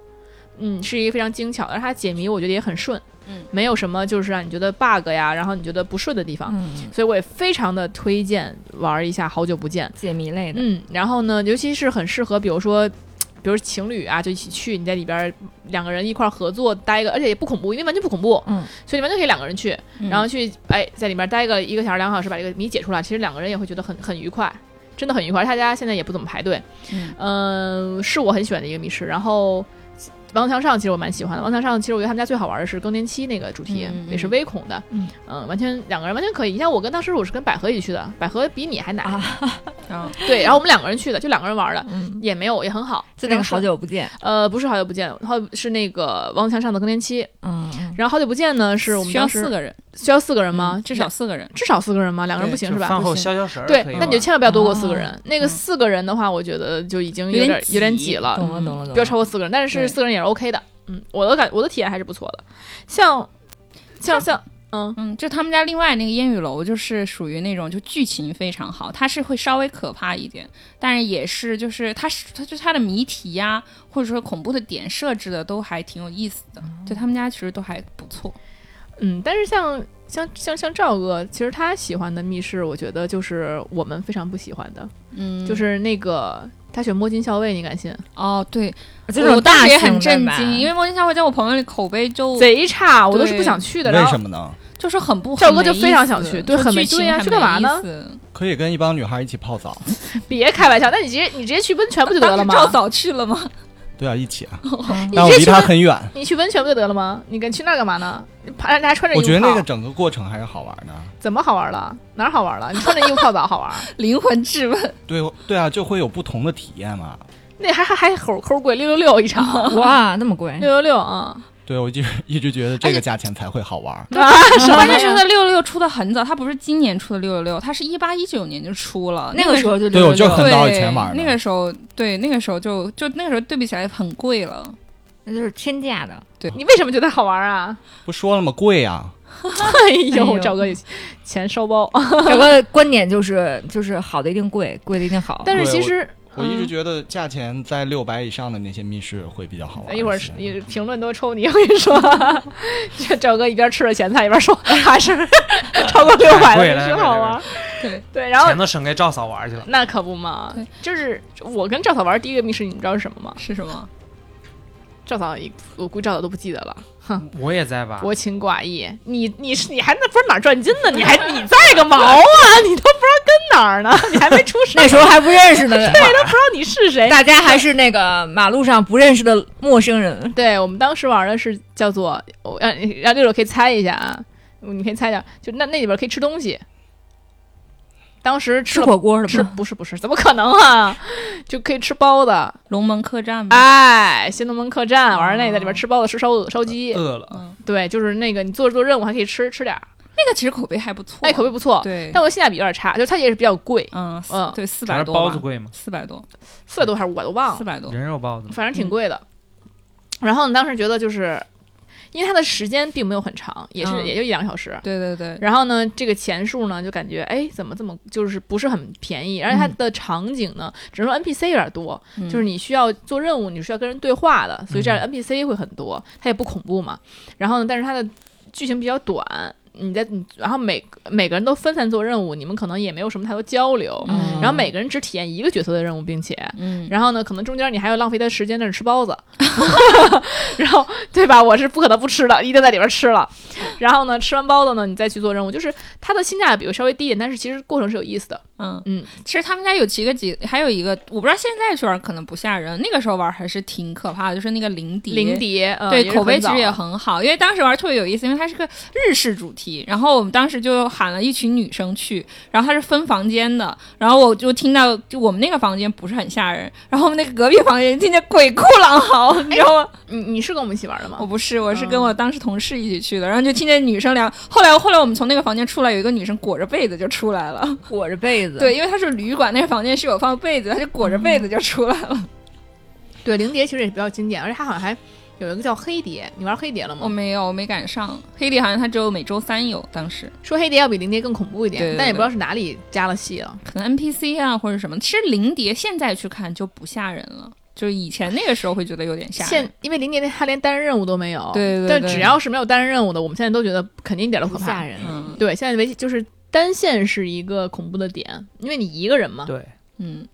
嗯，是一个非常精巧，而它解谜我觉得也很顺，
嗯
没有什么就是让你觉得 bug 呀，然后你觉得不顺的地方，
嗯，
所以我也非常的推荐玩一下《好久不见》。
解谜类的，
嗯，然后呢，尤其是很适合，比如说，比如情侣啊，就一起去，你在里边儿两个人一块儿合作待一个，而且也不恐怖，因为完全不恐怖，
嗯，
所以你完全可以两个人去，
嗯
然后去哎在里边待个一个小时两个小时把这个谜解出来，其实两个人也会觉得很很愉快，真的很愉快。大家现在也不怎么排队，
嗯
嗯、是我很喜欢的一个密室。然后呃王强上其实我蛮喜欢的，王强上其实我觉得他们家最好玩的是更年期那个主题，
嗯嗯嗯
也是微恐的，
嗯
嗯完全两个人完全可以。你像我跟当时我是跟百合一起去的，百合比你还奶，
啊
啊
对，然后我们两个人去的，就两个人玩的。
嗯，
也没有，也很好，
就那个好
久
久不见，
呃，不是好久不见，然后是那个王强上的更年期，
嗯，嗯
然后好久不见呢，是我们
需要
当时
四个人
需要四个人吗？
至少四个人，
至少四个人吗？两个人
对
不行
就是
吧？
饭后
不行
消消食儿
对
可以，
那
玩
你就千万不要多过四个人。那
嗯
个四个人的话，我觉得就已经
有点
点有点
挤
挤了，
懂
嗯
了懂了懂
不要超过
了，
四个人。但
对
是四个人也是 OK 的。嗯，我的感我的体验还是不错的。像像像嗯
嗯，就他们家另外那个烟雨楼，就是属于那种就剧情非常好，它是会稍微可怕一点，但是也是就是它是它就它的谜题呀、或者说恐怖的点设置的都还挺有意思
哦
的，就他们家其实都还不错。
嗯，但是像像像像赵哥，其实他喜欢的密室，我觉得就是我们非常不喜欢的，
嗯
就
就是
是那个他选摸金校尉，你敢信？
哦，对，
这
我
种
当
大
时也
型
很
的
震
吧
惊，因为《魔镜校尉》在我朋友里口碑就
贼差，我都是
对
不想去的。然
为
后
什么呢？
就是很不
赵
很
哥就
没
非
意
常想
思
去对
说
很没
剧情
对呀
很
去干
没
嘛
意
呢
思
可以跟一帮女孩一起泡澡，
别开玩笑，那你直接你直接去温泉不就得
当
了
时
吗？嗯
赵嫂去了吗？
对啊，一起啊。
你
但我
直接
离
去
他
温
很远，
你去温泉不就得了吗？你跟去那儿干嘛呢？你爬让大家穿着衣
我
服
觉得那个
泡
整个过程还是好玩的。
怎么好玩了？哪儿好玩了？你穿着衣服泡澡好 玩？
灵 魂质问，
对我对啊，就会有不同的体验嘛。
那还还还猴抠贵六六六一场，
哇，那么贵，
六六六啊！
对我一直一直觉得
哎
这个价钱才会好玩。
啊 什么
关
呀
键是它六六六出的很早，它不是今年出的六六六，它是一八一九年就出了，
那
个
个时候就
对，
六
我就
六六
很早以
对
前玩
那
的。
个时候，对那个时候就就那个时候对比起来很贵了。
那就是天价 的，
你为什么觉得好玩啊？
不说了吗？贵啊！
哎
哎
呦，哦
呦
赵哥有钱烧包，
有个观点就是就是好的一定贵，贵的一定好，
但是
对
其
我
实
我一直
嗯
觉得价钱在六百以上的那些密室会比较好玩些。
哎一会儿是你评论都抽你，我跟你说， 这赵哥一边吃着咸菜一边说， 还 是超过六百
太贵
的
了
真好玩。
对
对，然后
钱都省给赵嫂玩去了。
那可不嘛
对，
就是我跟赵嫂玩第一个密室，你们知道是什么吗？
是什么？
赵嫂一，我估计赵嫂都不记得了，
我也在
啊
吧？
薄情寡义。你你是你还那不是哪儿转筋呢？你还你在个毛 啊？你都不知道跟哪儿呢？你还没出生，
那时候还不认 识呢，
不知道你是谁。
大家还是那个马路上不认识的陌生人，
对我们当时玩的是叫做，我让让六六可以猜一下啊，你可以猜一下，就那那里边可以吃东西。当时吃
吃
了
火锅的
吃
吗？
不是不是，怎么可能啊？ 就可以吃包子，
龙门客栈吧。
哎，新龙门客栈玩那个在里边吃包子吃烧鹅烧鸡，
饿了，
嗯，
对，就是那个你做着做任务还可以吃吃点儿，
那个其实口碑还不错。
哎，口碑不错。
对，
但我性价比有点差，就是它也是比较贵，
嗯
嗯
对，四
全
百
是
多
包子
吧，
贵吗？
四百多，
四百多还是五百多忘
四
了，
嗯
百多。
人肉包子吗？
反正挺贵的。然后你当时觉得就是。因为它的时间并没有很长，也是、
嗯
也就一两个小时。
对对对，
然后呢，这个钱数呢，就感觉哎，怎么这么就是不是很便宜？而且它的场景呢，只能说 NPC 有点多，
嗯
就是你需要做任务，你需要跟人对话的，所以这样的 NPC 会很多，它也不恐怖嘛。然后呢，但是它的剧情比较短，你在你然后每每个人都分散做任务，你们可能也没有什么太多交流，
嗯
然后每个人只体验一个角色的任务，并且。
嗯，
然后呢，可能中间你还有浪费的时间在那儿吃 包子， 然后对吧？我是不可能不吃的，一定在里边吃了。然后呢，吃完包子呢，你再去做任务，就是它的性价比会稍微低一点，但是其实过程是有意思的。
嗯
嗯，
其实他们家有几个几，还有一个我不知道现在去玩可能不吓人，那个时候玩还是挺可怕的，就是那个零碟。
零碟，呃
对
也是
口碑其
早
实也很好，因为当时玩特别有意思，因为它是个日式主题，然后我们当时就喊了一群女生去，然后它是分房间的，然后我就听到就我们那个房间不是很吓人，然后我们那个隔壁房间听见鬼哭狼嚎， 你知道吗？
你你是跟我们一起玩的吗
哎我？不是，我是跟
嗯
我当时同事一起去的，然后就听见女生聊，后来后来我们从那个房间出来，有一个女生裹着被子就出来了，
裹着被子，
对，因为她是旅馆，那个房间是有放被子，她就裹着
嗯
被子就出来了，
对，零碟其实也比较经典，而且它好像还有一个叫黑碟，你玩黑碟了
我
吗？
没有，我没赶上，黑迪好像它只有每周三有，当时。
说黑碟要比零碟更恐怖一点，
对对
但也
对
不知道是哪里加了戏了。
可能 NPC 啊或者什么。其实零碟现在去看就不吓人了，就是以前那个时候会觉得有点吓人
现。因为零碟它连单人任务都没有，
对对
但
对
只要是没有单人任务的，我们现在都觉得肯定一点都
不
可怕。
吓人。
嗯
对，现在为就是单线是一个恐怖的点，因为你一个人嘛。
对，
嗯，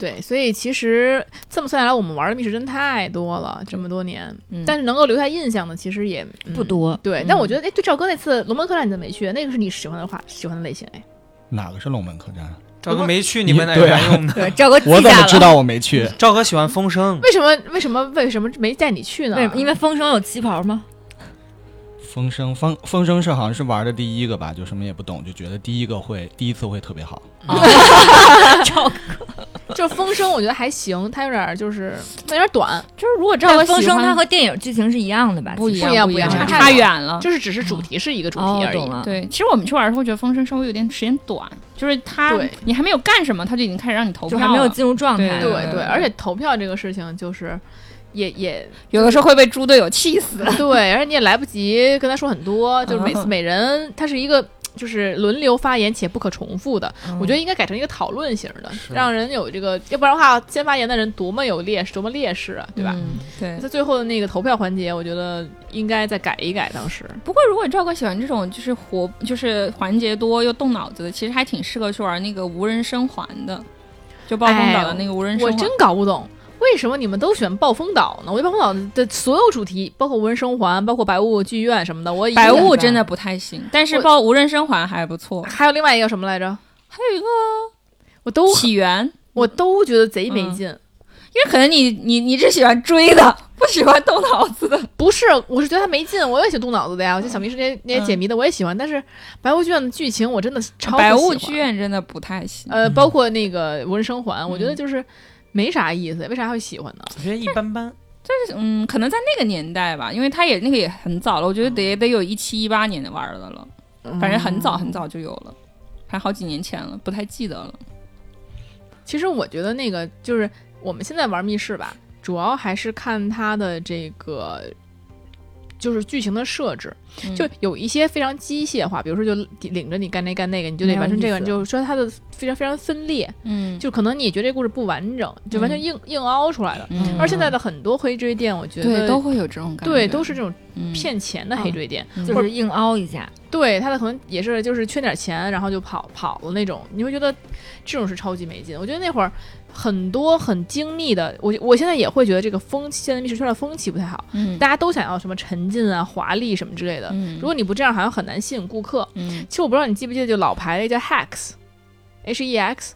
对所以其实这么算下来，我们玩的密室真太多了，这么多年，
嗯
但是能够留下印象的其实也、嗯
不。多，
对，但我觉得，哎，对，赵哥那次龙门客栈你怎么没去？那个是你喜欢的话，喜欢的类型，哎，
哪个是龙门客栈？
赵哥没去，你们哪
对啊
啥用呢？
对，赵哥记
我怎
下
么
了。
知道我没去？
赵哥喜欢风声，
为什么？为什么？为什么没带你去呢？
为什么？因为风声有旗袍吗？
风声风风声是好像是玩的第一个吧，就什么也不懂，就觉得第一个会第一次会特别好。
就是风声，我觉得还行，它有点儿就是有点儿短，
就是如果赵哥
但风
风
声
声，它
它
和电影剧情是一样的吧？
不一
不一样
不
不一
样，
样
差远了。
就是只是主题是一个主题
嗯哦
而已。
懂了，
对，其实我们去玩的时候，觉得风声稍微有点时间短，就是他
对
你还没有干什么，他就已经开始让你投
就
票
还
了，
没有进入状态。
对
对
对，而且投票这个事情就是也也
有的时候会被猪队友气死。
对，而且你也来不及跟他说很多，就是每次
啊
每人他是一 个。就是轮流发言且不可重复的，
嗯
我觉得应该改成一个讨论型的，让人有这个，要不然的话，先发言的人多么有劣势，多么劣势啊，对吧？
嗯对，
在最后的那个投票环节，我觉得应该再改一改。当时
不过如果赵哥喜欢这种就是活就是环节多又动脑子的，其实还挺适合去玩那个无人生还的，就暴风岛的那个无人生
我
还。
真搞不懂为什么你们都喜欢暴风岛呢？我觉得暴风岛的所有主题，包括无人生还，包括白雾剧院什么的，我一
白
点
雾真的不太行，但是
我
报无人生还还不错。
还有另外一个什么来着，
还有一个
我都
起源，
我都觉得贼没
嗯
劲。
因为可能你你你只喜欢追的，不喜欢动脑子的。
不是，我是觉得他没劲，我也喜欢动脑子的呀。我觉得小迷是那些那些解谜的我也喜欢，但是白雾剧院的剧情我真的超不
白雾
喜欢
剧，院嗯真的不太行。
呃，包括那个无人生还，我觉得
嗯
就是没啥意思，为啥会喜欢呢？
我觉得一般般。
嗯，可能在那个年代吧，因为它也那个也很早了，我觉得得得有一七一八年的玩的了，反正很早很早就有了，反正好几年前了，不太记得了。
其实我觉得那个就是我们现在玩密室吧，主要还是看它的这个。就是剧情的设置，
嗯
就有一些非常机械化，比如说就领着你干那干那个，你就得
没有
完成这个，
意思
你就说它的非常非常分裂，
嗯
就可能你觉得这故事不完整，就完全
嗯
硬、硬凹出来的。
嗯
而现在的很多黑锥店，我觉得
对都会有这种感觉，
对都是这种
嗯
骗钱的黑锥店，
嗯
就是硬凹一下，
对他的可能也是就是缺点钱，然后就跑跑了那种，你会觉得这种是超级没劲。我觉得那会儿很多很精密的，我我现在也会觉得这个风气，现在密室圈的风气不太好，
嗯
大家都想要什么沉浸啊、华丽什么之类的。
嗯
如果你不这样，好像很难吸引顾客。
嗯
其实我不知道你记不记得，就老牌那叫 Hex，H E X，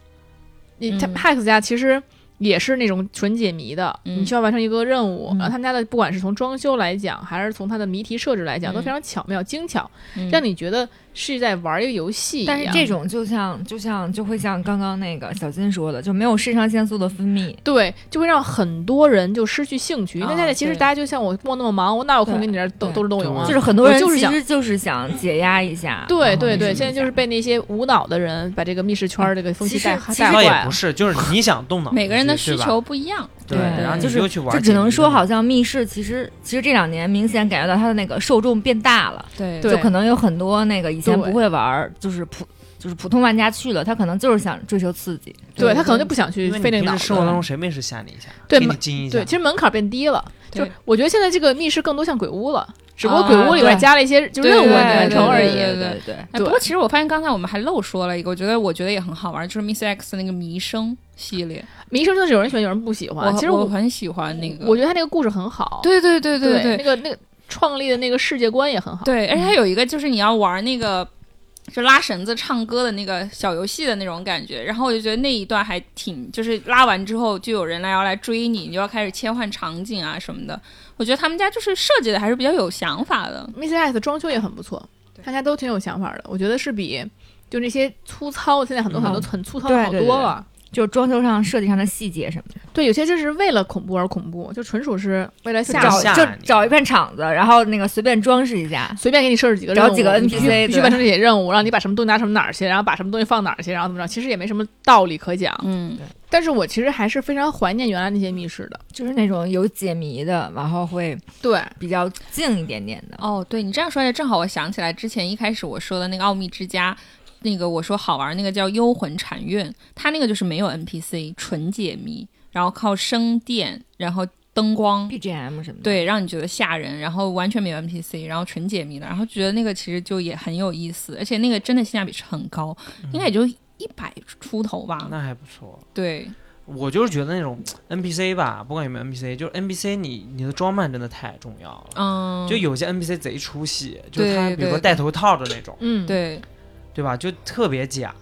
你他
嗯
Hex 家其实也是那种纯解谜的，
嗯
你需要完成一个任务。
嗯
然后他们家的不管是从装修来讲，还是从它的谜题设置来讲，
嗯
都非常巧妙精巧，
嗯
让你觉得是在玩一个游戏一样。
但是这种就像就像就会像刚刚那个小金说的，就没有肾上腺素的分泌。
对，就会让很多人就失去兴趣，因为
啊
现在其实
对
大家就像我工作那么忙，我哪有空
对
跟你这儿斗
对
斗智斗勇啊？
就是很多人
我就是
其
想
实就是想解压一下。
对
嗯
对对，
嗯
现在就是被那些无脑的人把这个密室圈儿这个风气
其实
带
其实
带
倒
坏
也
了
不。是，就是你想动脑，
每个人的
对
需
吧
求不一样，
对，
对
然后你
就是
又去玩，
就只能说好，像密室其实其实这两年明显感觉到它的那个受众变大了，
对
对
就可能有很多那个以前
对
不会玩儿，就是普就是普通玩家去了，他可能就是想追求刺激，
对他可能就不想去
因为你
费那个脑
平时
子
生活当中谁没事吓你一下，
对
给你
门
惊一下，
对，其实门槛变低了，就
对哦
我觉得现在这个密室更多像鬼屋了，只不过
啊
鬼屋里边
对
加了一些就
对
任务
对
完
对
成而
对
已。
对对
对
哎，
对
不过其实我发现刚才我们还漏说了一个，我觉得我觉得也很好玩，就是 Miss X 那个迷生系列，
迷生真的是有人喜欢，有人不喜欢。
我
其实
我
我
很喜欢那个，
我觉得他那个故事很好，
对对对
对
对
那个那个创立的那个世界观也很好。
对，而且它有一个就是你要玩那个。就拉绳子唱歌的那个小游戏的那种感觉，然后我就觉得那一段还挺，就是拉完之后就有人来要来追你，你就要开始切换场景啊什么的。我觉得他们家就是设计的还是比较有想法的，
Miss X 装修也很不错，
对
大家都挺有想法的。我觉得是比就那些粗糙，现在很多
嗯
很多很粗糙的好
对对对
多了。
就是装修上设计上的细节什么的，
对，有些就是为了恐怖而恐怖，就纯属是为了吓
吓
找
唬，
吓
就
你
找一片场子，然后那个随便装饰一下，
随便给你设置几个任务，
找几个
你必须
NPC
必须
对
完成这些任务，让你把什么东西拿什么哪儿去，然后把什么东西放哪儿去，然后怎么着，其实也没什么道理可讲。
嗯，
但是我其实还是非常怀念原来那些密室的。
就是那种有解谜的，然后会
对，
比较静一点点的。
哦，对你这样说也正好，我想起来之前一开始我说的那个《奥秘之家》，那个我说好玩儿那个叫《幽魂禅院》，它那个就是没有 NPC，纯解谜，然后靠声电，然后灯光。
BGM 什么的，
对，让你觉得吓人，然后完全没有 NPC，然后纯解谜的，然后觉得那个其实就也很有意思，而且那个真的性价比是很高，应该也就一百出头吧。
嗯
那还不错。
对，
我就是觉得那种 NPC 吧，不管有没有 NPC，就是 NPC 你你的装扮真的太重要了。
嗯，
就有些 NPC 贼出戏，就是
对
他比如
对
说戴头套的那种，
嗯，，
对
对吧？就特别假。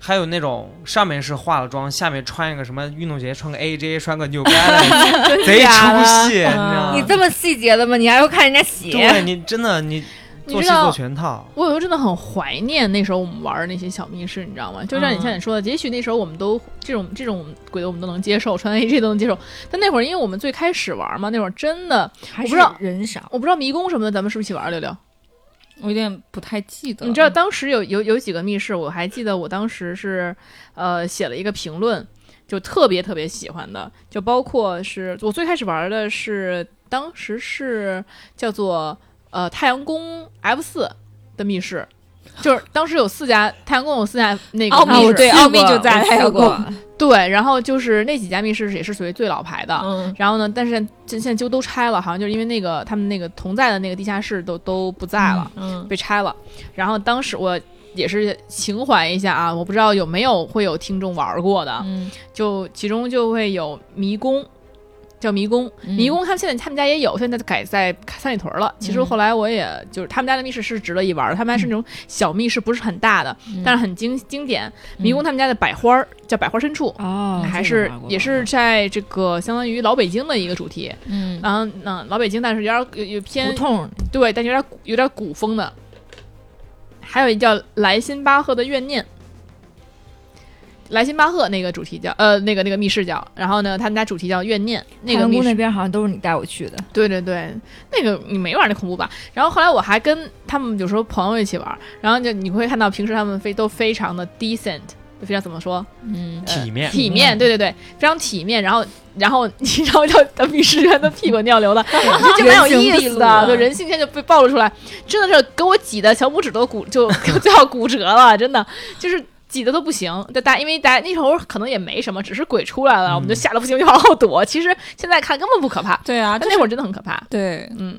还有那种上面是化了妆，下面穿一个什么运动鞋，穿个 AJ，穿个 扭开了，贼
嗯
出戏，你知道
你
吗？
这么细节的吗？你还要看人家鞋？
对你真的你
你
做
知
戏
道
做全套，
我有时候真的很怀念那时候我们玩儿那些小密室，你知道吗？就像你
嗯
像你说的，也许那时候我们都这种这种鬼的我们都能接受，穿 AJ 都能接受，但那会儿因为我们最开始玩嘛，那会儿真的
还
我不
是
知道
人少，
我不知道迷宫什么的，咱们是不是一起玩儿聊聊？
我有点不太记得了。
你知道当时有有有几个密室，我还记得我当时是，呃，写了一个评论，就特别特别喜欢的，就包括是我最开始玩的是当时是叫做呃太阳宫 F 四的密室，就是当时有四家太阳宫有四家那个
奥秘
密
我
室
对
去
奥
过
秘就在
我去
还有
过
过
对，然后就是那几家密室也是属于最老牌的，
嗯，
然后呢，但是现现在几乎都拆了，好像就是因为那个他们那个同在的那个地下室都都不在了。
嗯，
被拆了。然后当时我也是情怀一下啊，我不知道有没有会有听众玩过的，
嗯
就其中就会有迷宫。叫迷宫，
嗯
迷宫他们现在他们家也有，现在改在三里屯了。其实
嗯
后来我也就是他们家的密室是值得一玩儿的，他们家是那种小密室，不是很大的，
嗯
但是很经经典。
嗯
迷宫他们家的百花儿叫百花深处，
哦，
还是也是在这个相当于老北京的一个主题，
嗯
然后嗯，老北京但是有点儿有有偏
胡同
对，但有点古有点古风的。还有一叫莱辛巴赫的怨念，莱辛巴赫那个主题叫呃那个那个密室叫，然后呢他们家主题叫怨念，那
太
个
阳
密
宫那
室
边好像都是你带我去的，
对对对，那个你没玩那恐怖吧？然后后来我还跟他们有时候朋友一起玩，然后就你会看到平时他们非都非常的 decent，就非常怎么说
嗯
体面。
体面，对对对，非常体面。然后，然后 你知道叫咱密室员的屁滚尿流的，这 就蛮有意思的，就人性现在就被暴露出来，真的是给我挤的小拇指都骨 就就要骨折了， 真的就是。挤的都不行，但大因为大家那时候可能也没什么，只是鬼出来了，我们就吓得不行就往后躲。其实现在看根本不可怕，
对啊，
但
就
那会儿真的很可怕。
对，
嗯，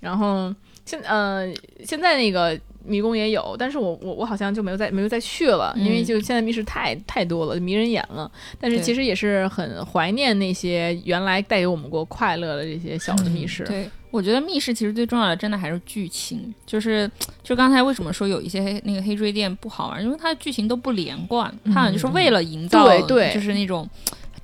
然后现呃现在那个迷宫也有，但是我我我好像就没有再没有再去了，因为
嗯
就现在密室太太多了，迷人眼了。但是
对
其实也是很怀念那些原来带给我们过快乐的这些小的密室。
嗯对，我觉得密室其实最重要的，真的还是剧情。就是，就刚才为什么说有一些黑那个黑追店不好玩，因为它的剧情都不连贯，它好像就是为了营造，
对对
就是那种。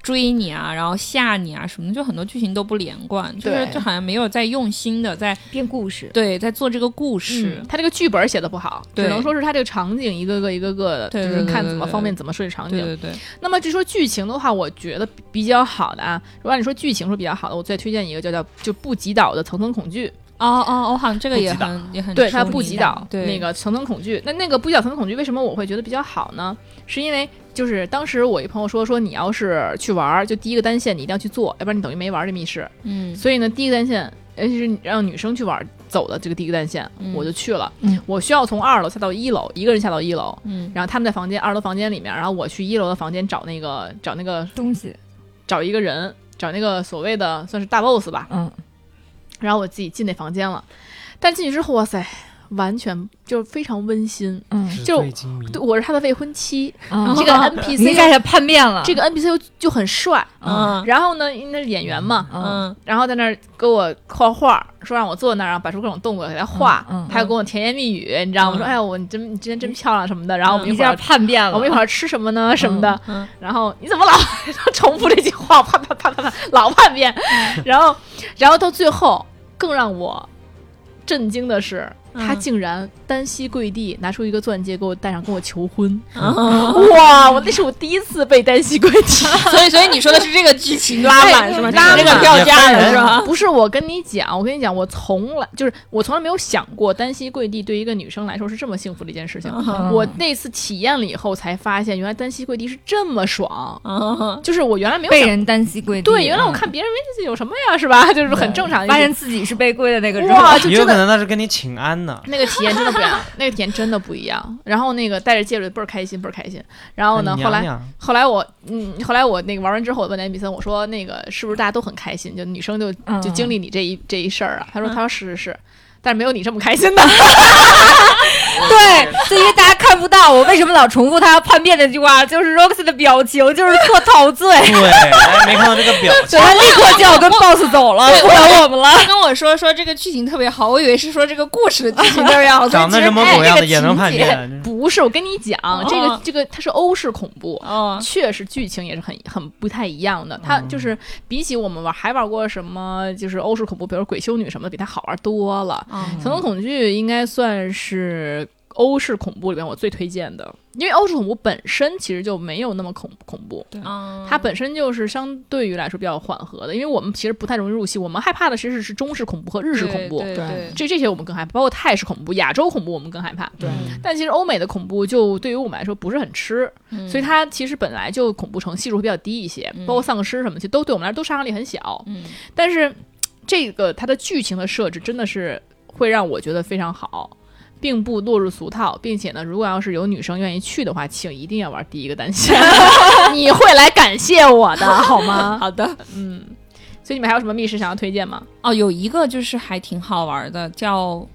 追你啊，然后吓你啊，什么的，就很多剧情都不连贯，就是
对
就好像没有在用心的在
编故事。
对在做这个故事，
嗯他这个剧本写的不好，只
对
能说是他这个场景一个个一个个的，
对
就是
对对
看
对
怎么
对
方便怎么设计场景。
对对对，
那么就说剧情的话，我觉得比较好的啊，如果按你说剧情说比较好的，我最推荐一个叫叫就不吉岛的《层层恐惧》。
哦哦，我好像这个也
不击
很也很
对它
它
不击倒
对
那个层层恐惧。那那个不击倒层层恐惧为什么我会觉得比较好呢？是因为就是当时我一朋友说说你要是去玩儿，就第一个单线你一定要去做，要不然你等于没玩儿这密室。
嗯
所以呢，第一个单线，尤其是让女生去玩儿走的这个第一个单线，
嗯
我就去了。
嗯
我需要从二楼下到一楼，一个人下到一楼。
嗯
然后他们在房间二楼房间里面，然后我去一楼的房间找那个找那个
东西，
找一个人，找那个所谓的算是大 boss 吧。
嗯，
然后我自己进那房间了，但进去之后，哇塞，完全就是非常温馨。
嗯，
就
纸醉金迷
对，我是他的未婚 妻，
嗯
这个
你
NPC
一下就叛变了，
这个 NPC 又就很帅，
嗯
嗯
然后呢，因为那是演员嘛，
嗯
然后在那儿给我画画，说让我坐那儿，然后摆出各种动作给他画，
嗯嗯
还有给我甜言蜜语，你知道吗？
嗯
说哎呀，我你真你今天真漂亮什么的，然后我们
一
一会儿
下。叛变了，
我们一会儿吃什么呢？什么的，
嗯
然后你怎么老 重复这句话？我啪啪啪啪啪，老叛变。
嗯
然后，然后到最后，更让我震惊的是，他
嗯
竟然单膝跪地，拿出一个钻戒给我戴上，跟我求婚。
嗯，
哇，我那是我第一次被单膝跪地。
所以所以你说的是这个剧情拉 满是吗？
拉
这个
满
票价了是吧？
哎不是我跟你讲，我跟你讲，我从来就是我从来没有想过单膝跪地对一个女生来说是这么幸福的一件事情。
嗯
我那次体验了以后，才发现原来单膝跪地是这么爽，
嗯
就是我原来没有
被
想
人单膝跪地，
对，原来我看别人没自己有什么呀，是吧？就是很正常的
发
一
现自己是被跪的那个
个。
人，
哇，啊就
也有
真
可
的
能他是跟你请安呢。
那个体验真的不一样，那个体验真的不一样。然后那个戴着戒指倍儿开心，倍儿开心。然哦后呢，
你
后来
娘娘
后来我，嗯，后来我那个玩完之后，我问那比森，我说那个是不是大家都很开心？就女生就
嗯
就经历你这一、这一事儿啊？他说
嗯
他说是是是，但是没有你这么开心的。
对，就因为大家看不到我，为什么老重复他叛变那句话？就是 Roxy 的表情就是特陶醉，
对，哎没看到这个表情
对，他立刻就要跟 boss 走了，不管我们了。
他跟我说说这个剧情特别好，我以为是说这个故事的剧情特别好，
长得人
哎
模狗样的也能啊叛 变，
不是，我跟你讲，这个这个它是欧式恐怖。
哦，
确实，剧情也是很很不太一样的。
嗯
它就是比起我们玩还玩过什么，就是欧式恐怖，比如鬼修女什么的，比它好玩多了。
嗯
层层恐惧应该算是欧式恐怖里面我最推荐的，因为欧式恐怖本身其实就没有那么恐恐怖，
嗯
它本身就是相对于来说比较缓和的。因为我们其实不太容易入戏，我们害怕的其实是中式恐怖和日式恐怖，
对对
这这些我们更害怕，包括泰式恐怖、亚洲恐怖我们更害怕。
对，
但其实欧美的恐怖就对于我们来说不是很吃，
嗯
所以它其实本来就恐怖程系数会比较低一些，
嗯
包括丧尸什么的，其实都对我们来说都杀伤力很小。
嗯
但是这个它的剧情的设置真的是会让我觉得非常好，并不落入俗套，并且呢，如果要是有女生愿意去的话，请一定要玩第一个单线， 你会来感谢我 的，好吗？
好的。
嗯，所以你们还有什么密室想要推荐吗？
哦，有一个就是还挺好玩的，叫，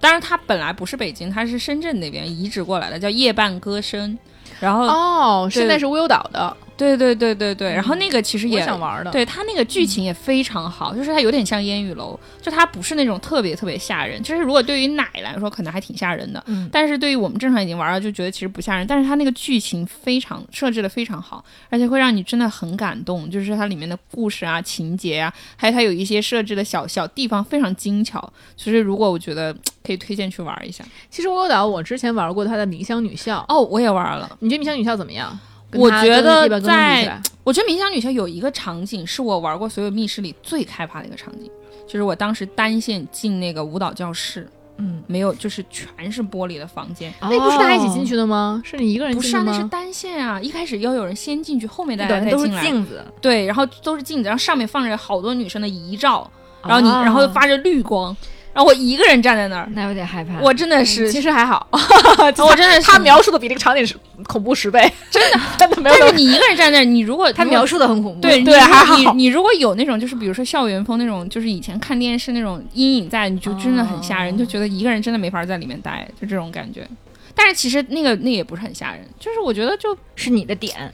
当然它本来不是北京，它是深圳那边移植过来的，叫夜半歌声。然后，
哦，
对
现在是乌有岛的，
对对对对对，然后那个其实
我
也
想玩的。
对它那个剧情也非常好，就是它有点像烟雨楼，就它不是那种特别特别吓人。就是如果对于奶来说，可能还挺吓人的，
嗯
但是对于我们正常已经玩了，就觉得其实不吓人。但是它那个剧情非常设置的非常好，而且会让你真的很感动，就是它里面的故事啊、情节啊，还有它有一些设置的小小地方非常精巧。就是如果我觉得可以推荐去玩一下。
其实乌有岛我之前玩过它的《冥想女校》，
哦，我也玩了。
你觉得《冥想女校》怎么样？跟
我
它
觉
跟
得
夜半歌声比起来
我觉得《冥想女校》有一个场景是我玩过所有密室里最害怕的一个场景，就是我当时单线进那个舞蹈教室，
嗯，
没有，就是全是玻璃的房间。
那不是大家一起进去的吗？哦是你一个人
不
进
是
的
啊，
吗？
那是单线啊！一开始要有人先进去，后面大家
等
再
于都是
进来。
镜子，
对，然后都是镜子，然后上面放着好多女生的遗照，
啊
然后你，然后发着绿光，然后我一个人站在那儿，
那有点害怕。
我真的是，
嗯其实还好，
我真的是，
他描述的比这个场景是恐怖十倍，真的真的没有
但是你一个人站在那儿，你如果
他
如
描
果
述的很恐怖，
对
对你如
还好
你你如果有那种就是比如说校园风那种，就是以前看电视那种阴影在，你就真的很吓人，
哦
就觉得一个人真的没法在里面待，就这种感觉。但是其实那个那也不是很吓人，就是我觉得就是
你的点，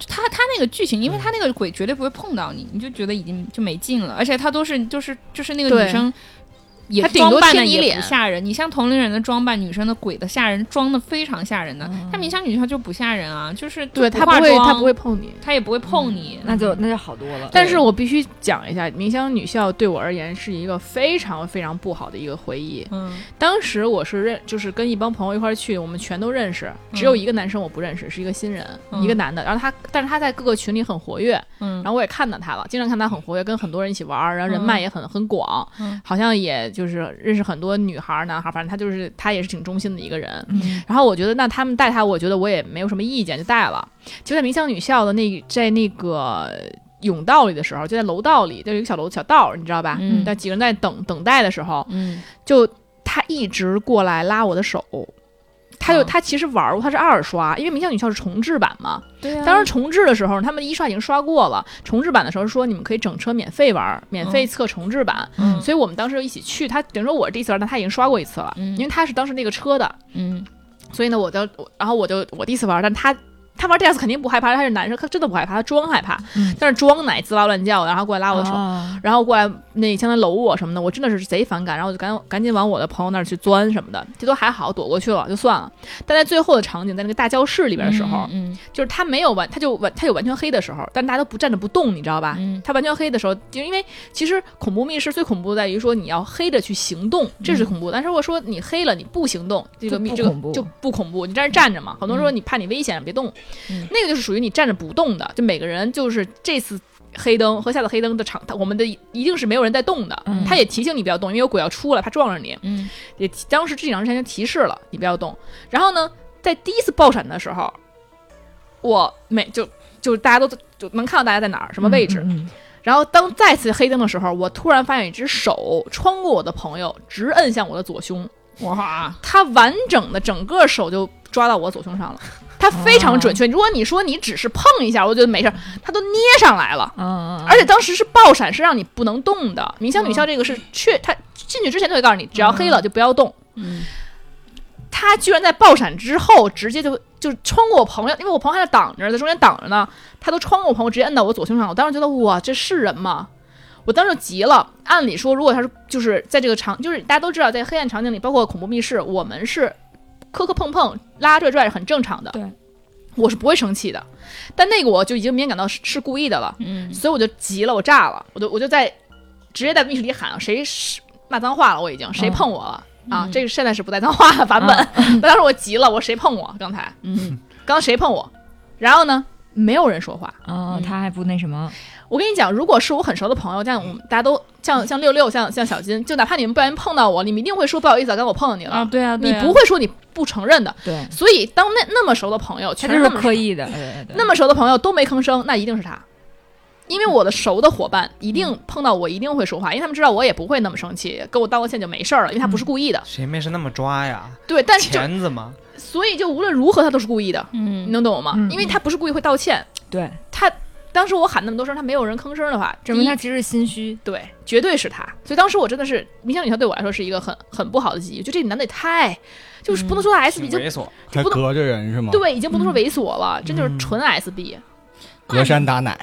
就他他那个剧情，因
嗯
为他那个鬼绝对不会碰到你，你就觉得已经就没劲了，而且他都是就是就是那个
对
女生。也
他顶
装
多
扮
贴
的
你
也
脸
不吓人，你像同龄人的装扮，女生的鬼的吓人，装的非常吓人的。但冥想女校就不吓人啊，就是
嗯对
不
他不
化
会
妆
他不会，嗯碰你。
他也不会碰你。
那就那就好多了。
但是我必须讲一下，《冥想女校》对我而言是一个非常非常不好的一个回忆。
嗯
当时我是认，就是跟一帮朋友一块儿去，我们全都认识，只有一个男生我不认识，是一个新人，
嗯
一个男的。然后他，但是他在各个群里很活跃，
嗯
然后我也看到他了，经常看他很活跃，跟很多人一起玩儿，然后人脉也很、很广，
嗯
好像也就是认识很多女孩儿、男孩儿，反正他就是他也是挺忠心的一个人。
嗯
然后我觉得，那他们带他，我觉得我也没有什么意见，就带了。就在明乡女校的那在那个甬道里的时候，就在楼道里，就有一个小楼小道儿，你知道吧？
嗯
但几个人在等等待的时候，
嗯，
就他一直过来拉我的手。他就
哦
他其实玩过，他是二刷，因为《名校女校》是重制版嘛。
对啊
当时重制的时候，他们一刷已经刷过了，重制版的时候说你们可以整车免费玩，免费测重制版。
嗯
所以我们当时就一起去。他等于说我是第一次玩，但他已经刷过一次了，
嗯
因为他是当时那个车的。
嗯
所以呢，我就我然后我就我第一次玩，但他他玩 DS 肯定不害怕，他是男生，他真的不害怕，他装害怕，
嗯
但是装奶滋哇乱叫的，然后过来拉我的手。
哦
然后过来那相当于搂我什么的，我真的是贼反感，然后我就赶赶紧往我的朋友那儿去钻什么的，这都还好躲过去了就算了。但在最后的场景，在那个大教室里边的时候，
嗯
就是他没有完，他就完他有完全黑的时候，但大家都不站着不动，你知道吧？
嗯
他完全黑的时候，就因为其实恐怖密室最恐怖在于说你要黑着去行动，这是恐怖。但是如果说你黑了你不行动，这个
嗯就
密
不
这个
恐怖
就不恐怖，你在那儿站着嘛。很多人说你怕你危险，别动，
嗯
那个就是属于你站着不动的。就每个人就是这次。黑灯和下次黑灯的场，他我们的一定是没有人在动的。
嗯
他也提醒你不要动，因为有鬼要出来，怕撞着你。
嗯
也提当时这两之前就提示了你不要动。然后呢，在第一次爆闪的时候，我每就就大家都就能看到大家在哪儿什么位置。
嗯嗯嗯
然后当再次黑灯的时候，我突然发现有一只手穿过我的朋友，直摁向我的左胸，
嗯，哇，
他完整的整个手就抓到我左胸上 了。他非常准
哦
确。如果你说你只是碰一下，我觉得没事儿，他都捏上来了。
嗯嗯
而且当时是爆闪，是让你不能动的。冥想女校这个是确，他进去之前就会告诉你，只要黑了就不要动。
嗯
他居然在爆闪之后直接就就穿过我朋友，因为我朋友还在挡着，在中间挡着呢，他都穿过我朋友，直接摁到我左胸上。我当时觉得哇，这是人吗？我当时就急了。按理说，如果他是就是在这个场，就是大家都知道，在黑暗场景里，包括恐怖密室，我们是磕磕碰碰、拉拉拽拽是很正常的。
对，
我是不会生气的。但那个我就已经明显感到是是故意的了，
嗯
所以我就急了，我炸了，我就我就在直接在密室里喊谁是骂脏话了，我已经谁碰我了、啊？
嗯
这个现在是不带脏话的版本， 但当时我急了，我说谁碰我？刚才
嗯
刚谁碰我？然后呢，没有人说话。
哦，他还不那什么，
我跟你讲，如果是我很熟的朋友，像我们大家都像像六六，像像小金，就哪怕你们不小心碰到我，你们一定会说不好意思啊，刚才我碰到你了。
啊，对啊，
你
对啊
不会说你不承认的，
对，
所以当那那么熟的朋友，全
他就是是
那么熟
刻意的，对对
那么熟的朋友都没吭声，那一定是他，因为我的熟的伙伴一定碰到我一定会说话，因为他们知道我也不会那么生气，跟我道个歉就没事儿了，因为他不是故意的。
谁没事那么抓呀？
对，但是就
钳子嘛，
所以就无论如何他都是故意的，你
嗯
能懂我吗？
嗯
因为他不是故意会道歉，
对，
他当时我喊那么多声，他没有人吭声的话，
证明
第一
他其实是心虚，
对，绝对是他。所以当时我真的是冥想女校对我来说是一个很很不好的记忆，就这男的也太就是不能说他 S
挺
B 就
猥琐。
还
哎不能
隔着人是吗？，
对，已经不能说猥琐了，真就是纯 S B。
隔山打奶。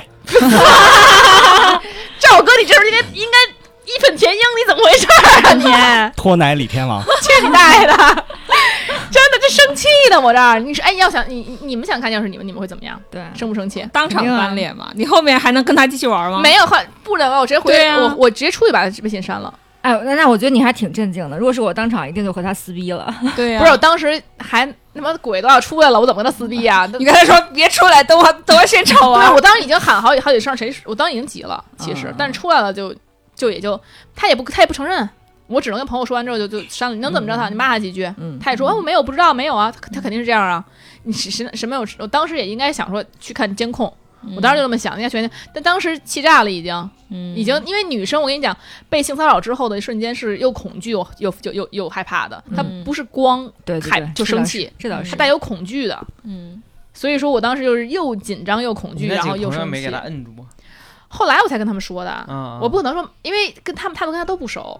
赵哥，你这时候应该应该义愤填膺，你怎么回事儿啊你？
脱奶李天王，
去你大爷的！真的，这生气呢，我这儿。你说，哎，要想你你你们想看，要是你们，你们会怎么样？
对，
生不生气？
当场
肯定啊
翻脸嘛？你后面还能跟他继续玩吗？
嗯
没有，换不了，我直接回，
对啊
我我直接出去把他微信删了。
哎，那那我觉得你还挺镇静的，如果是我当场一定就和他撕逼了，
啊对呀，
啊
不是，我当时还他妈鬼都要出来了，我怎么跟他撕逼啊呀、
你跟他说别出来，等我等我先吵
对，
完。
我当时已经喊好几好几声，谁？我当时已经急了，其实，
嗯
但是出来了就就也就他也不他也不承认，我只能跟朋友说完之后就就删了。你能怎么着他？你骂他几句？
嗯，
他也说、哦、我没有，不知道，没有啊，他他肯定是这样啊。你谁谁谁没有？我当时也应该想说去看监控，
嗯，
我当时就这么想，应该全，但当时气炸了，已经，
嗯
已经，因为女生，我跟你讲，被性骚扰之后的一瞬间是又恐惧又又又又又害怕的，她
嗯
不是光
对对
害
对，
就生气，
这倒是，
她
这
带
倒是，
有恐惧的，
嗯
所以说我当时就是又紧张又恐惧，
你那
然
几
后
个
又
朋友
生
没
气
给他。摁住吗？
后来我才跟他们说的，
嗯，
我不可能说，因为跟他们他们跟他都不熟，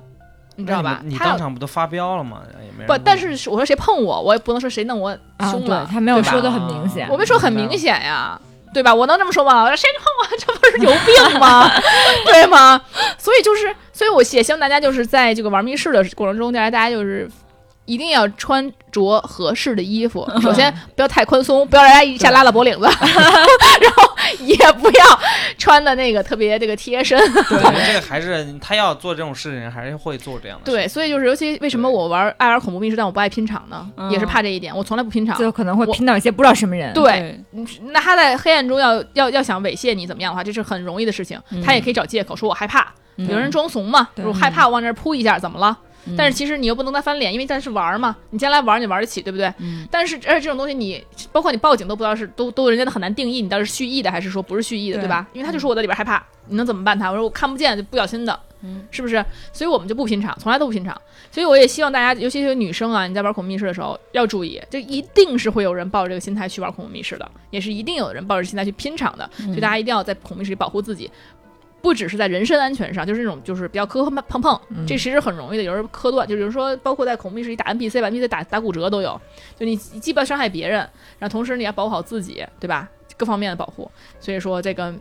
你
你
知道吧？
你
他要
当场不都发飙了吗？哎也没人
不，
问
但
你
是我说谁碰我，我也不能说谁弄我
啊
胸
对
了，
他没有
对吧
说的很明显
我没说很明显呀，对吧？我能这么说吗？谁碰我， 这不是有病吗？ 对吗？所以就是，所以我也希望大家就是在这个玩密室的过程中，大家大家就是一定要穿着合适的衣 服。首先不要太宽松，不要让大家一下拉了脖领子，然后也不要穿的那个特别这个贴身。
我们这个还是他要做这种事情，还是会做这样的事。
对，所以就是，尤其为什么我玩爱玩恐怖密室，但我不爱拼场呢？
嗯
也是怕这一点，我从来不 拼场。
就可能会
我
拼到一些不知道什么人，
对，那他在黑暗中要要要想猥亵你怎么样的话，这是很容易的事情。
嗯
他也可以找借口说我害怕，
嗯
有人装怂嘛，
对
就是害怕往那儿扑一下，怎么了？
嗯
但是其实你又不能他翻脸，因为他是玩儿嘛，你将来玩儿你玩儿得起，对不对？
嗯
但是而且这种东西你包括你报警都不知道是都都人家都很难定义，你到底是蓄意的还是说不是蓄意的，
对
对吧？因为他就说我在里边害怕，你能怎么办他？我说我看不见，就不小心的，
嗯，
是不是？所以我们就不拼场，从来都不拼场。所以我也希望大家，尤其是女生啊，你在玩恐怖密室的时候要注意，就一定是会有人抱着这个心态去玩恐怖密室的，也是一定有人抱着心态去拼场的，
嗯
所以大家一定要在恐怖密室里保护自己。不只是在人身安全上，就是那种就是比较磕磕碰碰，这其实很容易的。有人磕断，就比如说，包括在恐怖密室里打 NPC，把 NPC 打打骨折都有。就你既不要伤害别人，然后同时你要保护好自己，对吧？各方面的保护。所以说这个。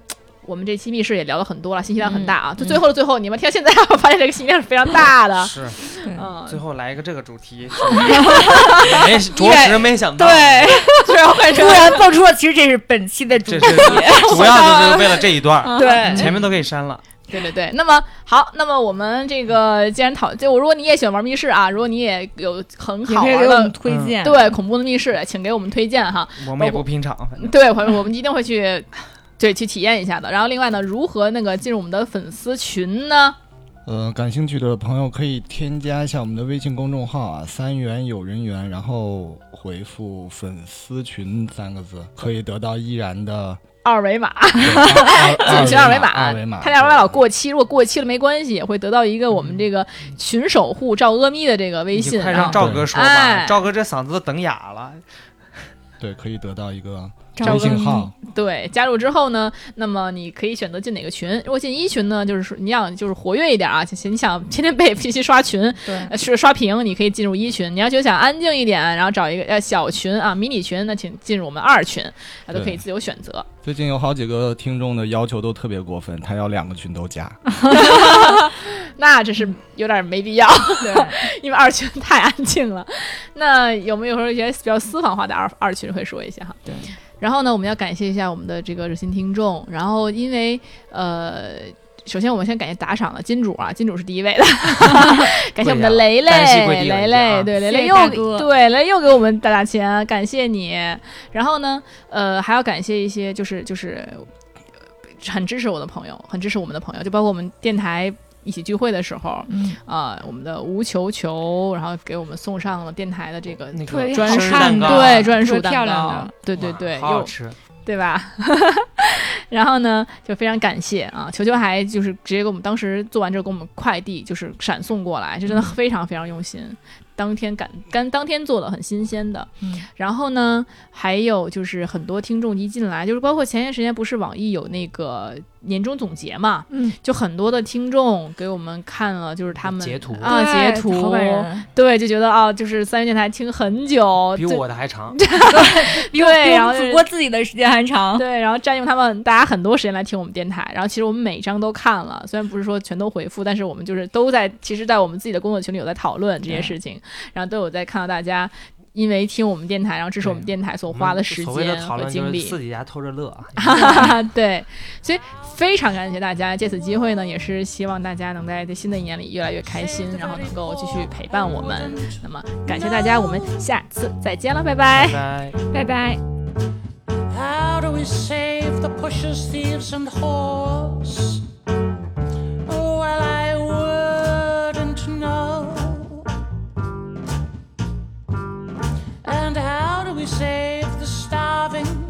我们这期密室也聊了很多了，信息量很大啊！
嗯
就最后的最后，你们听到现在，我发现这个信息量是非常大的。
是，
嗯，
最后来一个这个 主题，没着实没想到，
对， 突然蹦出了，其实这是本期的主
这
题。
是主要就是为了这一段
嗯
儿，
对，
前面都可以删了。
对对对，那么好，那么我们这个既然讨，就如果你也喜欢玩密室啊，如果你也有很
也
好
可以
玩
给我们
的
推荐。
对恐怖的密室，请给我们推荐哈。
我们也不拼场，反正
对，我我们一定会去，对，去体验一下的。然后另外呢，如何那个进入我们的粉丝群呢？
呃，感兴趣的朋友可以添加一下我们的微信公众号啊，三元有人缘，然后回复“粉丝群”三个字，可以得到依然的
二维码，
进
进哎群二维码，
二维码，
他那二维码老过期，如果过期了没关系，也会得到一个我们这个群守护赵阿咪的这个微
你
信
快
啊
让。赵哥说
哎
吧，赵哥这嗓子都等哑了。
对，可以得到一个
赵
微信号。
对，加入之后呢，那么你可以选择进哪个群。如果进一群呢，就是说你想就是活跃一点啊，你想天天被 P 息刷群，
对
呃是刷屏，你可以进入一群。你要觉得想安静一点，然后找一个呃小群啊迷你群，那请进入我们二群，啊都可以
对
自由选择。
最近有好几个听众的要求都特别过分，他要两个群都加。
那这是有点没必要，
对，
因为二群太安静了。那有没有说一些比较私房话的二二群会说一下哈？
对。
然后呢，我们要感谢一下我们的这个热心听众。然后因为呃，首先我们先感谢打赏的金主啊，金主是第一位 的，感谢我们的雷雷，
单膝跪地
雷
了已经啊
雷，对
谢
雷雷
谢
又
大哥
对雷雷又给我们打打钱，感谢你。然后呢，呃，还要感谢一些就是就是呃很支持我的朋友，很支持我们的朋友，就包括我们电台。一起聚会的时候，
嗯
啊、我们的吴球球，然后给我们送上了电台的这个
那
特
个
别
专
好
属
看
蛋
的
糕对专
特
属
别
蛋
漂亮
糕
的，
对对对，
啊哇好好
又
吃，
对吧？ 然后呢，就非常感谢啊，球球还就是直接给我们当时做完之后给我们快递就是闪送过来，这真的
嗯
非常非常用心。当天赶干当天做的很新鲜的，
嗯
然后呢，还有就是很多听众一进来，就是包括前些时间不是网易有那个年终总结嘛，
嗯，
就很多的听众给我们看了，就是他们
截图
啊
对
截图，
好感人，
对，就觉得啊，就是三元电台听很久，
比
对
我的 还长。
比我
对
比
然后
我
就
们
是
主播自己的时间还长。
对，然后占用他们大家很多时间来听我们电台。然后其实我们每一章都看了，虽然不是说全都回复，但是我们就是都在，其实，在我们自己的工作群里有在讨论这些事情，然后都有在看到大家因为听我们电台，然后支持我们
对
电台所
我
花
们
的时
所谓的
间
讨
和
论
精
就是
力。
自己家偷着乐啊，
对，所以非常感谢大家，借此机会呢，也是希望大家能在这新的一年里越来越开心，然后能够继续陪伴我们。那么感谢大家，我们下次再见了，拜拜
拜。拜。
拜拜。
How do we save the pushers, thieves, and whores? Well, I wouldn't know. And how do we save the starving